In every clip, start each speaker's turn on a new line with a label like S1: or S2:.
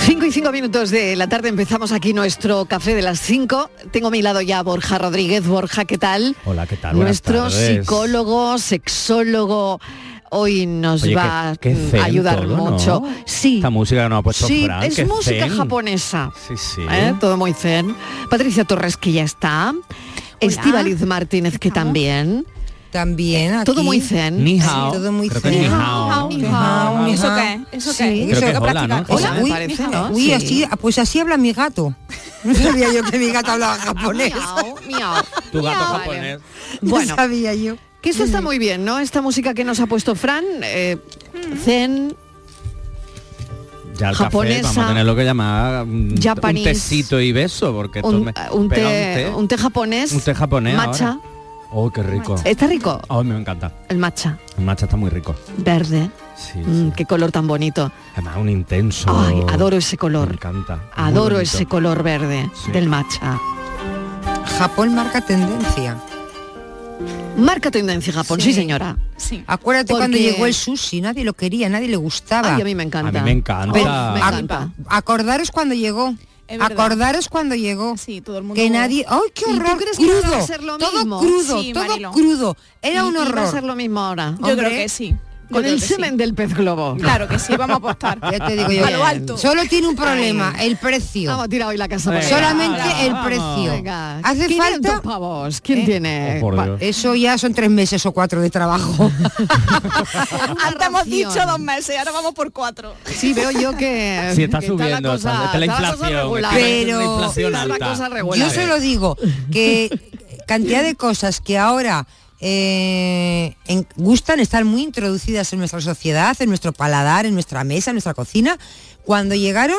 S1: Cinco y cinco minutos de la tarde empezamos aquí nuestro café de las 5. Tengo a mi lado ya a Borja Rodríguez. Borja, ¿qué tal?
S2: Hola, ¿qué tal? Buenas
S1: Nuestro
S2: tardes.
S1: psicólogo, sexólogo, hoy nos
S2: Oye, qué-
S1: va
S2: qué
S1: mm,
S2: zen
S1: a ayudar
S2: todo, ¿no?
S1: mucho. Sí.
S2: Esta música que nos ha puesto
S1: sí,
S2: Fran,
S1: es
S2: qué
S1: música
S2: zen.
S1: japonesa.
S2: Sí, sí.
S1: ¿eh? Todo muy zen. Patricia Torres, que ya está. Estivaliz Martínez, que también.
S3: También
S1: Todo
S3: aquí.
S1: muy zen.
S3: Ni hao. Sí, todo muy
S2: Creo que zen. ni hao.
S1: Ni hao,
S3: ¿Y eso
S1: ni
S3: qué
S1: hao.
S3: es? ¿Eso
S1: Sí.
S3: qué es? Creo
S1: Eso
S3: que
S1: hay
S3: es hola,
S1: practicar.
S3: ¿no?
S1: Hola,
S3: Hola,
S1: me
S3: uy,
S1: parece, ¿no?
S3: Uy,
S1: Sí.
S3: así, pues así habla mi gato. No sabía yo que mi gato hablaba japonés.
S1: Miau, miau.
S2: Tu gato
S1: Miau.
S2: japonés.
S1: Bueno.
S3: No sabía yo. Mm.
S1: Que esto está muy bien, ¿no? Esta música que nos ha puesto Fran, eh,
S4: Mm.
S1: Zen,
S2: Ya el
S1: Japonesa.
S2: café, vamos a tener lo que llamar mm, un,
S1: Japanese.
S2: un tecito y beso, porque tú
S1: un,
S2: me
S1: un
S2: pega
S1: té, un té japonés,
S2: un té japonés
S1: matcha.
S2: ahora. Oh, qué rico.
S1: Está rico
S2: Oh, me encanta.
S1: el matcha,
S2: El matcha está muy rico.
S1: verde.
S2: Sí,
S1: Mm,
S2: sí.
S1: qué color tan bonito.
S2: Además, un intenso.
S4: Oh,
S1: Ay, adoro ese
S2: Me
S1: color.
S2: encanta. Muy
S1: Adoro
S2: bonito.
S1: ese color verde
S2: Sí.
S1: del matcha.
S3: Japón marca tendencia.
S1: Marca tendencia Japón, sí,
S4: Sí.
S1: señora.
S4: Sí.
S3: Acuérdate
S1: Porque-
S3: cuando llegó el sushi, nadie lo quería, nadie le gustaba.
S1: Ay, a mí me encanta.
S2: A mí me encanta.
S1: Oh, me
S3: Ah,
S1: encanta.
S3: Acordaros cuando llegó.
S4: Es verdad.
S3: Acordaros cuando llegó.
S4: Sí, todo el mundo.
S3: Que nadie. ¡Ay, qué
S1: ¿Y tú
S3: horror!
S1: crees que
S3: crudo,
S1: va a ser lo
S3: todo
S1: mismo?
S3: crudo,
S4: Sí,
S3: todo
S4: Mariló.
S3: crudo. Era
S1: Y-
S3: un
S1: y va a
S3: horror.
S1: ser lo mismo ahora.
S4: Yo creo que sí. Yo
S1: Con
S4: creo
S1: el
S4: que sí.
S1: semen del pez globo.
S4: Claro que sí, vamos a apostar.
S3: Ya te digo yo.
S4: A lo alto.
S3: Solo tiene un problema, el precio.
S1: Vamos a tirar hoy la casa.
S2: Venga.
S1: por la ventana.
S3: Solamente
S2: Venga,
S3: el
S2: vamos.
S3: precio.
S1: Venga,
S3: Hace
S1: 500
S3: falta. Eh,
S1: pavos. ¿Quién tiene?
S2: Oh, por
S1: pa-
S2: Dios.
S3: Eso ya son tres meses o cuatro de trabajo.
S4: Antes hemos
S1: ración.
S4: dicho dos meses, ahora vamos por cuatro.
S1: Sí, veo yo que
S2: Sí, está
S1: que
S2: subiendo,
S1: la
S2: está- está la
S1: cosa
S2: inflación,
S1: regular.
S3: está la Pero-
S2: inflación
S1: Está
S2: alta.
S1: la cosa regular.
S3: Yo solo digo que cantidad de cosas que ahora eh, en- gustan están muy introducidas en nuestra sociedad, en nuestro paladar, en nuestra mesa, en nuestra cocina. Cuando llegaron,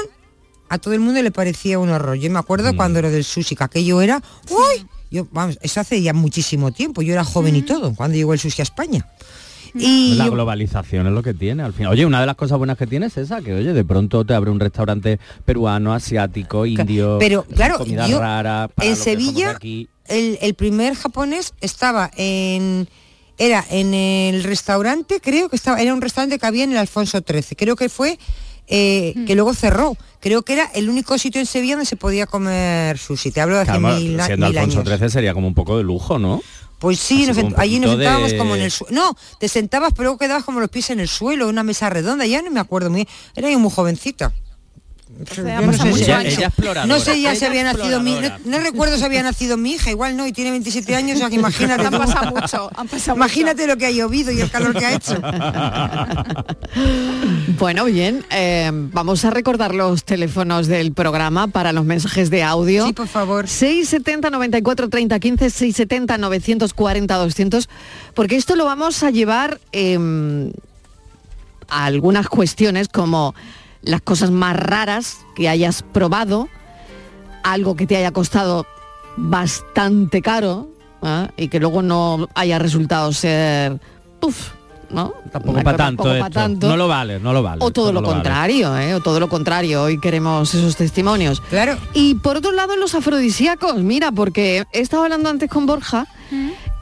S3: a todo el mundo le parecía un horror. Yo me acuerdo cuando lo del sushi, que aquello era. ¡Uy! Yo, vamos, eso hace ya muchísimo tiempo. Yo era joven y todo, cuando llegó el sushi a España. Y
S2: La
S3: yo-
S2: globalización es lo que tiene al final. Oye, una de las cosas buenas que tiene es esa, que oye, de pronto te abre un restaurante peruano, asiático, indio,
S3: Pero claro,
S2: comida
S3: yo-
S2: rara, para
S3: en
S2: lo que somos
S3: Sevilla
S2: aquí.
S3: el, el primer japonés estaba en era en el restaurante, creo que estaba era un restaurante que había en el Alfonso XIII. Creo que fue eh, que luego cerró. Creo que era el único sitio en Sevilla donde se podía comer sushi. Te
S1: pues,
S3: hablo de hace
S2: Claro,
S3: mil, a-
S2: siendo
S3: mil
S2: Alfonso
S3: años.
S2: XIII sería como un poco de lujo, ¿no?
S3: Pues sí,
S2: Así
S3: nos
S2: como
S3: sent-
S2: un
S3: allí nos
S2: poquito
S3: sentábamos
S2: de-
S3: como en el suelo. No, te sentabas, pero luego quedabas como los pies en el suelo, en una mesa redonda, ya no me acuerdo muy bien. Era yo muy jovencita. Yo
S4: ha
S3: no
S4: pasado
S3: sé
S4: mucho
S3: si-
S4: Ella- años. ella
S2: exploradora.
S3: No sé ya si
S2: Ella
S3: había nacido mi, no,
S2: exploradora.
S3: no recuerdo si había nacido mi hija, igual no, y tiene 27 años, o sea que imagínate.
S4: Han
S3: tú.
S4: pasado mucho, han pasado
S3: Imagínate lo que ha llovido y el calor que ha hecho.
S1: Bueno, bien, eh, vamos a recordar los teléfonos del programa para los mensajes de audio.
S3: Sí, por favor.
S1: 670 94 30 15 670 940 200 porque esto lo vamos a llevar eh, a algunas cuestiones como las cosas más raras que hayas probado, algo que te haya costado bastante caro ¿ah? y que luego no haya resultado ser puf, ¿no?
S2: Tampoco
S1: Una
S2: para
S1: cosa
S2: tanto,
S1: poco
S2: esto.
S1: pa' tanto.
S2: No lo vale, no lo vale.
S1: O todo
S2: esto no
S1: lo
S2: vale.
S1: contrario, ¿eh? o todo lo contrario. Hoy queremos esos testimonios.
S3: Claro.
S1: Y por otro lado, los afrodisíacos. Mira, porque he estado hablando antes con Borja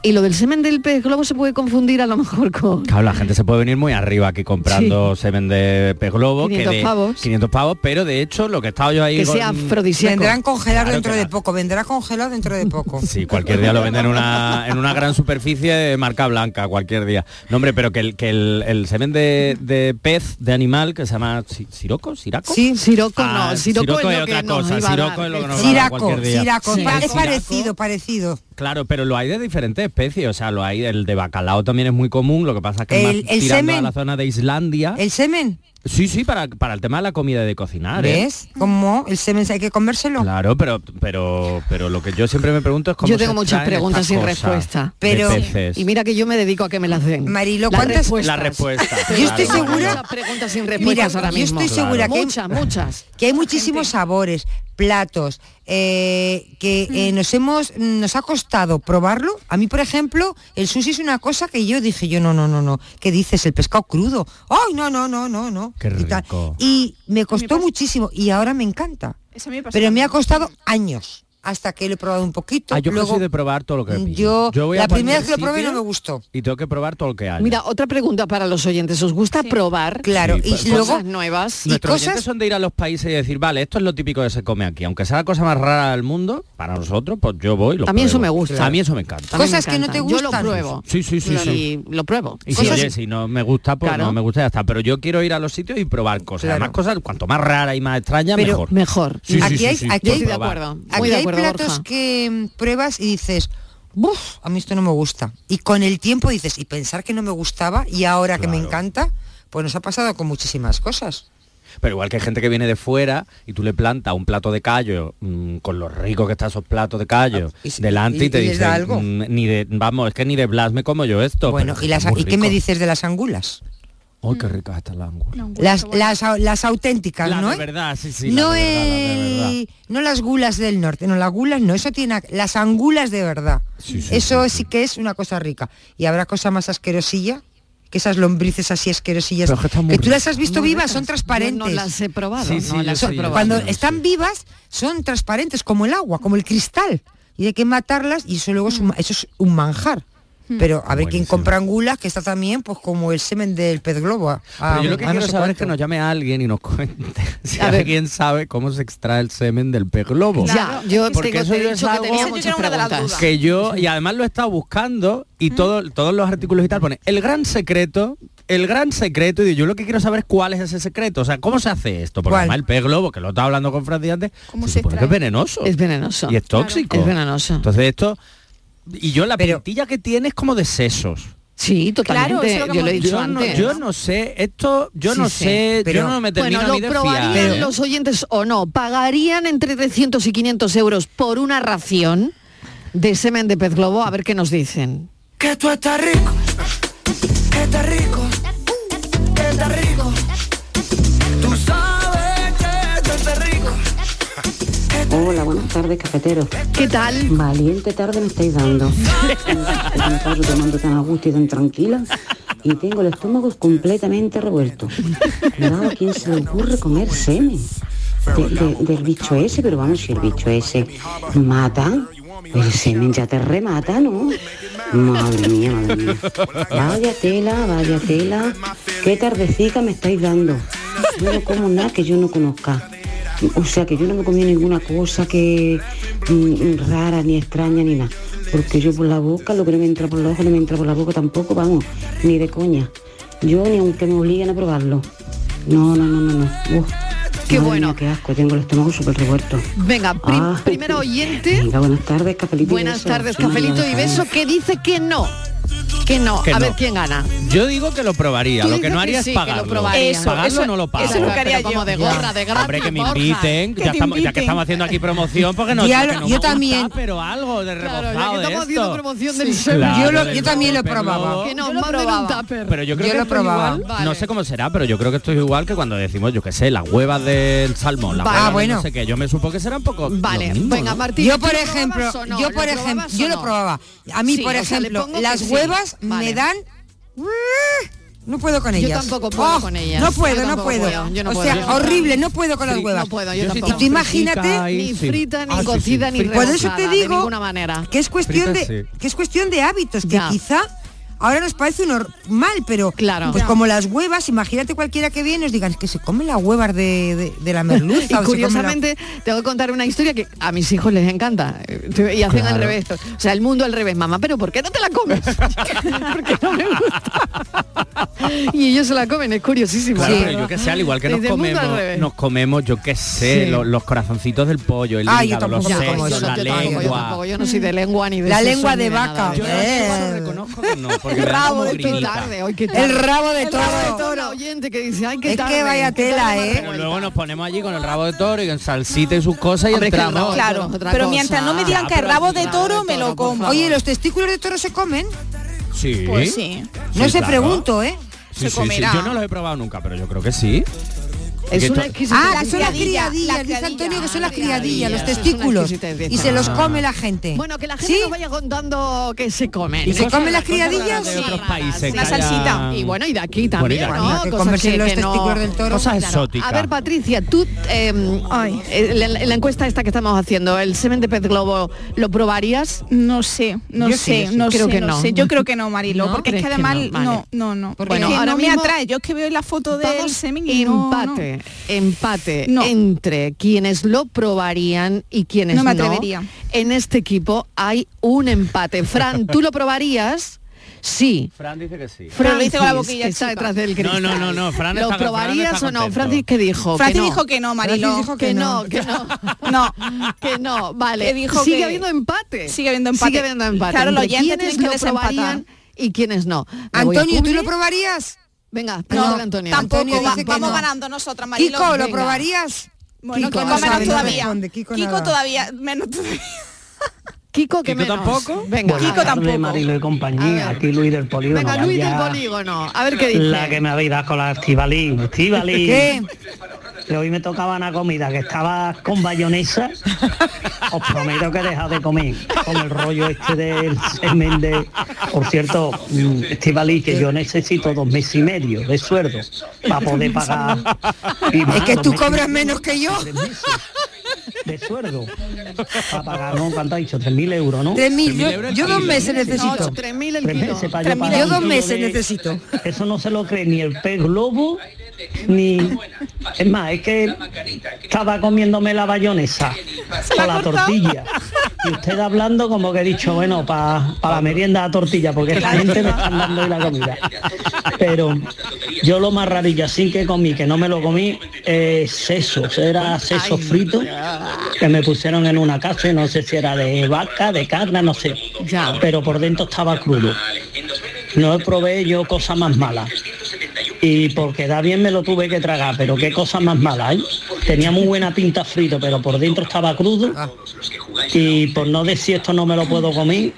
S1: y lo del semen del pez globo se puede confundir a lo mejor con...
S2: Claro, la gente se puede venir muy arriba aquí comprando semen de pez globo,
S1: 500
S2: que de
S1: pavos.
S2: 500 pavos, pero de hecho lo que he estado yo ahí...
S1: Que
S2: con-
S1: sea afrodisíaco.
S3: Vendrán congelado
S2: Claro
S3: dentro
S2: que
S3: de
S2: no.
S3: poco, vendrá congelado dentro de poco.
S2: Sí, cualquier día lo venden en una, en una gran superficie de marca blanca, cualquier día. No, hombre, pero que el, que el, el semen de, de pez, de animal, que se llama si- siroco, siraco.
S3: Sí.
S1: Siroco
S2: Ah,
S1: no, Siroco es, lo que
S2: otra
S1: nos
S2: cosa,
S1: iba a
S2: siroco
S1: dar.
S2: es lo que nos va a dar
S3: Siraco,
S2: cualquier día.
S3: siraco,
S1: Sí.
S3: pa- es
S1: Siraco.
S3: parecido, parecido.
S2: Claro, pero lo hay de diferentes especies, o sea, lo hay el de bacalao también es muy común, lo que pasa es que
S3: El-
S2: más
S3: el
S2: tirando
S3: semen.
S2: a la zona de Islandia.
S3: ¿El semen?
S2: Sí, sí, para, para el tema de la comida y de cocinar. ¿eh?
S3: ¿Ves? Como el semen hay que comérselo.
S2: Claro, pero, pero, pero lo que yo siempre me pregunto es cómo
S1: Yo
S2: se
S1: tengo muchas
S2: extraen
S1: preguntas
S2: estas
S1: sin
S2: cosas
S1: respuesta.
S2: de
S3: Pero-
S2: peces.
S1: Y mira que yo me dedico a que me las den.
S3: Marilo,
S1: Las
S3: ¿cuántas-
S1: respuestas.
S2: La respuesta,
S3: Yo estoy
S2: claro,
S3: segura-
S2: María.
S1: Muchas preguntas sin respuestas
S3: Mira,
S1: Pues ahora
S3: yo
S1: mismo.
S3: estoy segura que hay-
S1: Muchas, muchas.
S3: que hay muchísimos sabores, platos, eh, que
S4: Mm.
S3: eh, nos hemos nos ha costado probarlo. A mí, por ejemplo, el sushi es una cosa que yo dije, yo no, no, no, no, ¿qué dices? El pescado crudo. ¡Ay, no, no, no, no, no!
S2: Qué
S3: Y, tal.
S2: rico.
S3: y me costó
S4: pasa-
S3: muchísimo y ahora me encanta.
S4: Eso a mí me pasa
S3: Pero me
S4: también.
S3: ha costado años hasta que lo he probado un poquito.
S2: Ah, yo
S3: luego,
S2: soy de probar todo lo que pillo.
S3: yo,
S2: voy a
S3: la primera vez que
S2: cualquier
S3: lo probé no
S2: sitio
S3: me gustó.
S2: Y tengo que probar todo lo que hay.
S1: Mira, otra pregunta para los oyentes. ¿Os gusta probar
S3: Claro,
S2: Sí,
S3: y
S2: pues-
S3: luego
S1: cosas nuevas?
S3: y
S2: Nuestros
S3: cosas-
S2: oyentes son de ir a los países y decir, vale, esto es lo típico que se come aquí. Aunque sea la cosa más rara del mundo, para nosotros, pues yo voy. y Lo
S1: A mí eso
S2: pruebo.
S1: me gusta.
S2: A mí eso me encanta.
S1: A mí me
S3: Cosas que no
S1: encantan.
S3: te
S1: Yo lo
S3: gustan.
S1: pruebo.
S2: Sí, sí, sí,
S1: Y
S2: sí.
S1: lo pruebo.
S2: Y si,
S3: Cosas-
S2: oye, si no me gusta, pues
S1: Claro.
S2: no me gusta, ya está. Pero yo quiero ir a los sitios y probar cosas.
S3: Claro.
S2: Además, cosas cuanto más rara y más extraña,
S3: Pero-
S2: mejor.
S1: Mejor.
S2: Sí, sí,
S3: Aquí
S2: sí,
S3: hay- aquí
S2: sí, por
S3: hay-
S1: Estoy de
S2: probar.
S1: acuerdo.
S3: Aquí
S1: Muy de
S3: hay
S1: acuerdo,
S3: platos
S1: Borja.
S3: que mm, pruebas y dices, "Buf, a mí esto no me gusta. Y con el tiempo dices, y pensar que no me gustaba y ahora que me
S2: Claro.
S3: encanta, pues nos ha pasado con muchísimas cosas.
S2: Pero igual que hay gente que viene de fuera y tú le plantas un plato de callo mm, con lo rico que están esos platos de callo
S3: Ah, Y si-
S2: delante y,
S3: y-
S2: te
S3: y les
S2: dice,
S3: da algo.
S2: mm, ni de, vamos, es que ni de Blas me como yo esto.
S3: bueno,
S2: pero
S3: y,
S2: es
S3: las,
S2: muy
S3: ¿y qué me
S2: rico.
S3: dices de las angulas?
S2: ¡Ay, qué ricas están las angulas!
S4: No, un gusto,
S3: Las,
S4: bueno.
S3: las, au- las auténticas,
S2: La
S3: ¿no?
S2: de
S3: eh?
S2: verdad, sí, sí.
S3: no,
S2: la de verdad, la de verdad.
S3: el- no las gulas del norte, no las gulas, no, eso tiene a- las angulas de verdad.
S2: Sí, sí,
S3: eso
S2: sí,
S3: sí,
S2: sí.
S3: que es una cosa rica. Y habrá cosa más asquerosilla que esas lombrices así asquerosillas
S2: Pero es que están muy
S3: tú las
S2: ricas.
S3: has visto
S1: Muy
S3: vivas,
S1: ricas.
S3: son
S1: Yo
S3: transparentes.
S1: No las he probado.
S2: Sí, sí,
S1: no
S2: yo
S1: las
S2: sí,
S1: he
S2: yo sí.
S1: probado.
S3: Cuando
S2: sí.
S3: están vivas son transparentes como el agua, como el cristal. Y hay que matarlas y eso luego es un, ma- eso es un manjar. Pero a ver quién
S2: Mm. Buenísimo.
S3: compra angulas, que está también pues como el semen del pez globo. a-
S1: Ah,
S3: a-
S2: Pero yo lo que
S3: a no
S2: quiero
S3: sé
S2: saber es que
S3: cuánto.
S2: nos llame a alguien y nos cuente si
S1: A ver.
S2: alguien sabe cómo se extrae el semen del pez globo.
S1: Ya, yo
S2: Porque
S1: tengo,
S2: eso
S1: te he
S2: yo es
S1: dicho que
S2: algo-
S1: tenía
S2: Eso yo
S1: muchas
S4: era una de las
S1: preguntas. Mm.
S2: Que yo, y además lo he estado buscando y todo, todos los artículos y tal pone el gran secreto, el gran secreto, y yo lo que quiero saber es cuál es ese secreto, o sea, ¿cómo se hace esto? Porque
S3: ¿Cuál?
S2: además el pez globo, que lo estaba hablando con Francis antes,
S4: ¿Cómo
S2: se
S4: se
S2: supone que es
S4: extrae?
S2: venenoso.
S1: Es venenoso.
S2: Y es tóxico.
S1: Es venenoso.
S2: Entonces esto, y yo la
S3: Pero-
S2: plantilla que tiene es como de sesos.
S1: Sí, totalmente.
S4: Claro, eso es lo que
S1: yo lo he
S4: hemos
S1: dicho
S4: dicho
S2: Yo no,
S1: antes.
S2: yo no sé, esto, yo
S3: Sí,
S2: no
S3: sí,
S2: sé, yo
S3: pero-
S2: no me termino
S1: Bueno,
S2: a mí
S1: lo
S2: de
S1: probarían
S2: fiar. ¿eh?
S1: los oyentes o no. ¿Pagarían entre 300 y 500 euros por una ración de semen de pez globo? A ver qué nos dicen.
S5: Que tú estás rico, que estás rico, que estás rico. Tú sabes que yo estoy rico.
S6: Hola, buenas tardes, cafetero.
S1: ¿Qué tal?
S6: Valiente tarde me estáis dando. Un carro tomando tan a gusto y tan tranquila. Y tengo el estómago completamente revuelto. Cuidado, ¿a quién se le ocurre comer semen? De- de- del bicho ese, pero vamos, si el bicho ese mata, el semen ya te remata, ¿no? Madre mía, madre mía. Vaya tela, vaya tela. Qué tardecita me estáis dando. Yo no como nada que yo no conozca. O sea que yo no me comí ninguna cosa que mm, rara, ni extraña, ni nada. Porque yo por la boca, lo que no me entra por los ojos, no me entra por la boca tampoco, vamos, ni de coña. Yo ni aunque me obliguen a probarlo. No, no, no, no, no. Uf.
S1: Qué
S6: Madre
S1: bueno.
S6: mía, qué asco, tengo el estómago súper revuelto.
S1: Venga, prim-
S6: Ah.
S1: primera oyente.
S6: Venga, buenas tardes, cafelito. y
S1: Buenas
S6: beso.
S1: tardes,
S6: Sí,
S1: cafelito y
S6: buenas tardes.
S1: beso, que dice que no. Que no.
S2: Que
S1: a ver
S2: no.
S1: quién gana.
S2: Yo digo que lo probaría,
S1: Tú
S2: lo que
S1: dices
S2: no
S1: que
S2: haría
S1: sí,
S2: es
S1: que lo
S2: pagarlo.
S1: probaría. Eso,
S2: pagarlo
S4: eso-
S2: no lo pago.
S4: eso lo que haría
S1: Pero como
S4: yo.
S1: de gorra, de gratis,
S2: Hombre, que me
S1: Borja.
S2: inviten,
S4: Que
S2: ya,
S4: te
S2: estamos, ya que
S4: inviten.
S2: estamos haciendo aquí promoción, porque no,
S3: Ya
S2: porque
S3: lo-
S2: no
S3: yo
S2: me
S3: también.
S2: gusta, pero algo de rebozado
S1: Claro, ya que estamos
S2: de esto.
S1: haciendo promoción del semen.
S2: Claro,
S3: Yo lo-
S2: del
S3: yo también lo
S2: Pero-
S3: probaba.
S1: Que
S4: Yo
S1: nos
S4: lo
S1: manden un
S4: probaba.
S1: tupper.
S2: Pero yo creo
S3: Yo
S2: que
S3: lo
S2: esto es
S3: probaba.
S2: igual,
S1: Vale.
S2: no sé cómo será, pero yo creo que esto es igual que cuando decimos, yo qué sé, las huevas del salmón, la
S1: Vale.
S2: hueva
S1: Ah,
S2: de
S3: bueno.
S2: no sé qué, yo me supo que será un poco lo
S1: Vale,
S2: mismo,
S1: venga,
S2: ¿no?
S1: Martín.
S3: yo
S1: ¿tú
S3: por
S1: lo
S3: ejemplo,
S1: probabas o no?
S3: yo
S1: ¿Lo
S3: por
S1: probabas
S3: ejemplo,
S1: o
S3: yo lo
S1: no?
S3: probaba. A mí
S1: Sí,
S3: por
S1: o sea, le
S3: ejemplo,
S1: pongo que
S3: las
S1: sí.
S3: huevas
S1: Vale.
S3: me dan no puedo con ellas.
S1: tampoco puedo
S3: Oh,
S1: con ellas.
S3: No
S1: Yo
S3: puedo, no
S1: tampoco
S3: puedo.
S1: puedo, yo no
S3: o
S1: puedo.
S3: sea, horrible, no puedo con las
S1: Sí,
S3: huevas.
S1: No puedo,
S2: Yo
S1: yo
S2: sí
S3: y
S1: tampoco.
S3: tú imagínate
S2: Ay,
S1: Ni
S2: sí.
S1: frita, ni
S2: Ah, sí, sí.
S1: cocida, ni
S2: Frita.
S3: Por eso te
S1: rebozada,
S3: digo
S1: de ninguna manera.
S3: que es cuestión
S2: Fritas,
S3: de
S2: sí.
S3: que es cuestión de hábitos que
S1: Ya.
S3: quizá ahora nos parece normal, pero
S1: Claro.
S3: pues
S1: Ya.
S3: como las huevas, imagínate cualquiera que viene y nos digan que se come las huevas de, de- de la merluza. o se
S1: Y
S3: come la-
S1: curiosamente tengo que contar una historia que a mis hijos les encanta eh, y hacen al
S2: Claro.
S1: revés, o sea, el mundo al revés, mamá, pero ¿por qué no te la comes? Porque no me gusta. y ellos se la comen, es curiosísimo.
S2: Claro,
S1: Sí.
S2: pero yo que sé, al igual que nos
S1: Desde el mundo al
S2: comemos,
S1: revés.
S2: nos comemos, yo que sé,
S1: Sí.
S2: lo- los, corazoncitos del pollo, el
S3: Ah, yo
S2: hígado, los
S3: tampoco me
S2: sesos,
S3: lo como eso,
S2: la
S1: yo tampoco, yo
S2: lengua.
S1: tampoco, yo no soy de Mm. lengua ni de
S3: La
S1: seso,
S3: lengua
S1: ni
S3: de
S1: nada
S3: vaca.
S1: eso.
S2: Yo la lengua lo reconozco que no, porque me da
S1: rabo
S2: como
S1: de toro.
S2: grimita.
S1: Tarde, hoy qué
S3: El
S1: tarde.
S3: rabo de toro.
S1: El toro oyente que dice, ay, qué
S3: Es que
S1: tarde,
S3: vaya
S1: qué
S3: tela,
S1: tarde más
S3: ¿eh?
S2: Pero luego nos ponemos allí con el rabo de toro y con salsita y sus cosas y
S1: Hombre, es que el
S2: entramos.
S1: rabo-
S4: Claro,
S1: otra
S4: pero
S1: cosa.
S3: Pues
S4: mientras no me digan
S2: Ya,
S4: que
S2: pero
S4: rabo de
S1: rabo de
S4: toro me
S1: toro,
S4: lo
S1: por
S4: como.
S1: favor.
S3: Oye, ¿los testículos de toro se comen?
S2: Sí.
S4: pues sí.
S3: No
S2: Sí,
S3: se
S2: claro.
S3: pregunto, ¿eh?
S2: Sí,
S4: se
S2: sí, sí.
S4: comerá.
S2: Yo no los he probado nunca, pero yo creo que sí.
S1: Es
S2: Porque
S1: una
S2: to-
S1: exquisitez.
S3: Ah, son las
S4: criadilla,
S3: criadillas,
S4: la
S3: dice Antonio que son
S1: criadilla,
S3: las criadillas, los
S1: eso es una
S3: testículos.
S1: exquisitez,
S3: Y se los
S2: Ah.
S3: come la gente.
S1: Bueno, que la gente
S3: ¿Sí?
S1: nos vaya contando que se comen.
S3: ¿Y se
S1: ¿eh?
S3: comen
S1: Cosas
S3: las criadillas?
S1: raras
S2: De
S1: sí.
S2: otros países.
S4: Una
S2: que
S4: salsita.
S2: hayan-
S1: Y bueno, y de aquí también,
S2: Bueno, y de
S1: ¿no?
S3: aquí. Que
S1: Cosas
S3: comerse
S1: que-
S3: los
S1: que no-
S3: testículos del toro.
S2: Cosas
S1: Claro.
S2: exóticas.
S1: A ver, Patricia, tú, eh, eh, la, la encuesta esta que estamos haciendo, el semen de pez globo, ¿lo probarías?
S4: No sé, no
S1: Yo sí,
S4: sé,
S1: yo sí.
S4: no
S1: Creo
S4: sé,
S1: que
S4: no
S1: no.
S4: sé. Yo creo que no, Marilo,
S1: ¿No?
S4: porque es que
S1: ¿Crees que
S4: además
S1: no?
S4: no,
S1: Vale.
S4: no, no.
S1: Porque
S4: Porque es que
S1: ahora
S4: no me
S1: mismo
S4: atrae. Yo es que veo la foto del
S1: Vamos,
S4: semen y no, no.
S1: empate, empate
S4: No.
S1: entre quienes lo probarían y quienes no.
S4: No me atrevería.
S1: En este equipo hay un empate. Fran, ¿tú lo probarías? Sí.
S2: Fran dice que sí.
S1: Fran
S4: lo dice con la boquilla
S1: que está
S4: chica.
S1: detrás del cristal.
S2: no, no, no, Fran
S1: ¿Lo
S2: está- Fran
S1: probarías
S2: está
S1: o no?
S2: contento.
S1: Francis, ¿qué dijo?
S4: Francis
S1: no.
S4: dijo que no, Marilo.
S3: Francis dijo
S1: que
S3: que
S1: no,
S3: no.
S1: que no.
S4: No.
S1: que no, vale.
S4: Que dijo
S1: sigue
S4: que-
S1: habiendo empate.
S4: Sigue habiendo empate.
S1: Sigue habiendo empate.
S4: Claro, los
S1: Entre
S4: oyentes
S1: quiénes
S4: tienen que
S1: lo probarían
S4: desempatar.
S1: y quiénes no. Me voy a
S3: Antonio, ¿tú
S1: Publi.
S3: lo probarías?
S1: Venga,
S4: No,
S1: pregúntale a Antonio.
S4: tampoco.
S3: Antonio
S4: va-
S3: dice que
S4: vamos
S3: no.
S4: ganando nosotras, Marilo.
S3: Kiko, ¿lo
S4: Venga.
S3: probarías?
S4: Bueno,
S1: Kiko
S4: Kiko,
S1: no
S4: menos
S1: sabe, no
S4: todavía.
S3: responde, Kiko
S4: Kiko
S3: nada.
S4: todavía, menos todavía.
S1: Kiko, que
S2: Kiko
S1: menos.
S2: tampoco.
S1: Venga.
S4: Kiko
S1: va.
S4: tampoco.
S7: Marilo y compañía,
S1: A ver.
S7: aquí Luis del Polígono.
S1: Venga, Luis del
S7: vaya
S1: polígono. A ver qué dice.
S7: La que me habéis dado con la Estivali. Estivali.
S3: ¿Qué?
S7: Que hoy me tocaba una comida que estaba con bayonesa. Os prometo que he dejado de comer con el rollo este del semen de... Por cierto, mm, Estivali, que yo necesito dos meses y medio de sueldo para poder pagar. y más,
S3: Es que
S7: dos
S3: tú
S7: meses y
S3: cobras
S7: medio,
S3: menos que yo.
S7: tres meses De sueldo. Para pagar, ¿no? ¿Cuánto ha dicho? 3.000 euros, ¿no?
S3: 3.000, yo-
S2: euros el
S3: yo dos
S2: kilo.
S3: meses
S1: No,
S3: necesito.
S1: 3.000 el
S7: Tres
S1: kilo.
S7: meses para yo pagar
S3: Yo
S7: un
S3: dos
S7: kilo
S3: meses
S7: de-
S3: necesito.
S7: Eso no se lo cree ni el pez globo, ni... Es más, es que estaba comiéndome la bayonesa o la tortilla. Y usted hablando como que he dicho, bueno, para la merienda la tortilla, porque esta gente me están dando hoy la comida. Pero yo lo más rarillo así que comí, que no me lo comí, eh, seso, era seso frito, que me pusieron en una casa y no sé si era de vaca, de carne, no sé.
S1: Ya.
S7: Pero por dentro estaba crudo. No probé yo cosa más mala. Y porque da bien me lo tuve que tragar, pero qué cosa más mala, ¿eh? Tenía muy buena pinta frito, pero por dentro estaba crudo. Y por no decir esto no me lo puedo comer,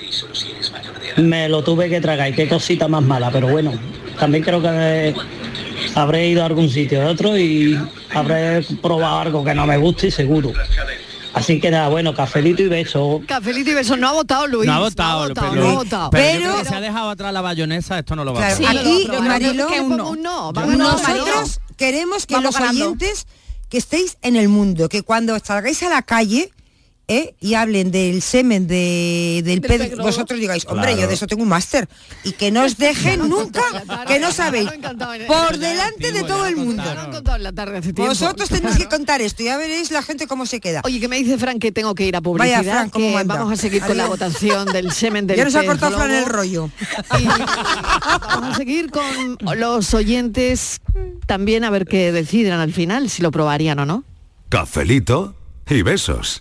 S7: me lo tuve que tragar. Y qué cosita más mala, pero bueno, también creo que habré ido a algún sitio de otro y habré probado algo que no me guste, seguro. Así que nada, bueno, cafelito y beso.
S1: Cafelito y beso. No ha votado Luis.
S2: No ha votado,
S1: No ha votado.
S2: pero,
S1: no ha votado.
S2: pero yo
S3: Ah, Pero-
S2: creo que se ha dejado atrás la bayonesa, esto no lo va
S3: Claro,
S2: a
S1: Sí,
S2: hacer.
S8: Ah,
S3: Aquí,
S1: lo ha aprobado. Yo
S3: Marilo,
S1: pongo
S4: un
S1: un no.
S2: Yo
S1: Vamos,
S2: no.
S1: no, Marilo.
S3: Nosotros queremos que
S4: Vamos
S3: los
S4: ganando.
S3: oyentes que estéis en el mundo, que cuando salgáis a la calle ¿eh? y hablen del semen de,
S4: Del
S3: del pez,
S4: pez globo.
S3: vosotros digáis, hombre,
S2: Claro.
S3: yo de eso tengo un máster. Y que no os dejen nunca, que no sabéis,
S1: Me ha encantado, eh.
S3: por delante de todo el mundo.
S1: No lo han contado en la tarde hace tiempo.
S3: Vosotros tenéis que contar esto, ya veréis la gente cómo se queda.
S1: Oye, que me dice Fran que tengo que ir a publicidad,
S3: Vaya, Fran, cómo
S1: que
S3: manda.
S1: vamos a seguir con la
S3: Adiós.
S1: votación del semen del
S3: Ya nos ha
S1: pez
S3: cortado Fran
S1: globo.
S3: el rollo.
S1: Y vamos a seguir con los oyentes también a ver qué decidan al final, si lo probarían o no.
S9: Cafelito y besos.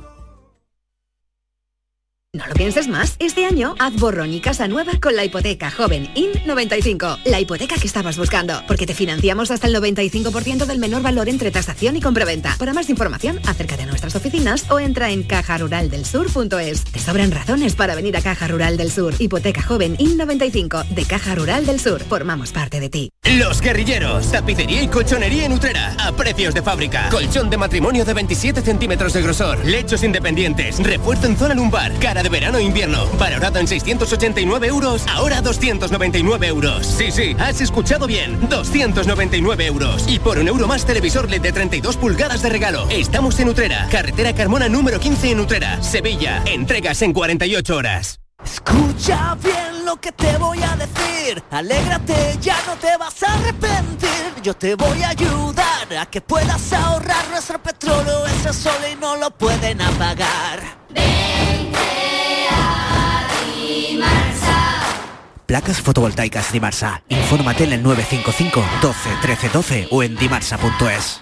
S10: No lo pienses más, este año haz borrón y casa nueva con la hipoteca joven IN95, la hipoteca que estabas buscando, porque te financiamos hasta el 95% del menor valor entre tasación y compraventa. Para más información, acerca de nuestras oficinas o entra en cajaruraldelsur.es. Te sobran razones para venir a Caja Rural del Sur. Hipoteca joven IN95 de Caja Rural del Sur. Formamos parte de ti.
S11: Los guerrilleros, tapicería y colchonería en Utrera, a precios de fábrica. Colchón de matrimonio de 27 centímetros de grosor, lechos independientes, refuerzo en zona lumbar, cara de verano e invierno, valorado en 689 euros, ahora 299 euros. Sí, sí, has escuchado bien, 299 euros. Y por un euro más televisor LED de 32 pulgadas de regalo. Estamos en Utrera, carretera Carmona número 15 en Utrera, Sevilla. Entregas en 48 horas.
S5: Escucha bien lo que te voy a decir. Alégrate, ya no te vas a arrepentir. Yo te voy a ayudar a que puedas ahorrar nuestro petróleo. Ese sol y no lo pueden apagar.
S12: Placas fotovoltaicas Dimarsa. Infórmate en el 955 12 13 12 o en dimarsa.es.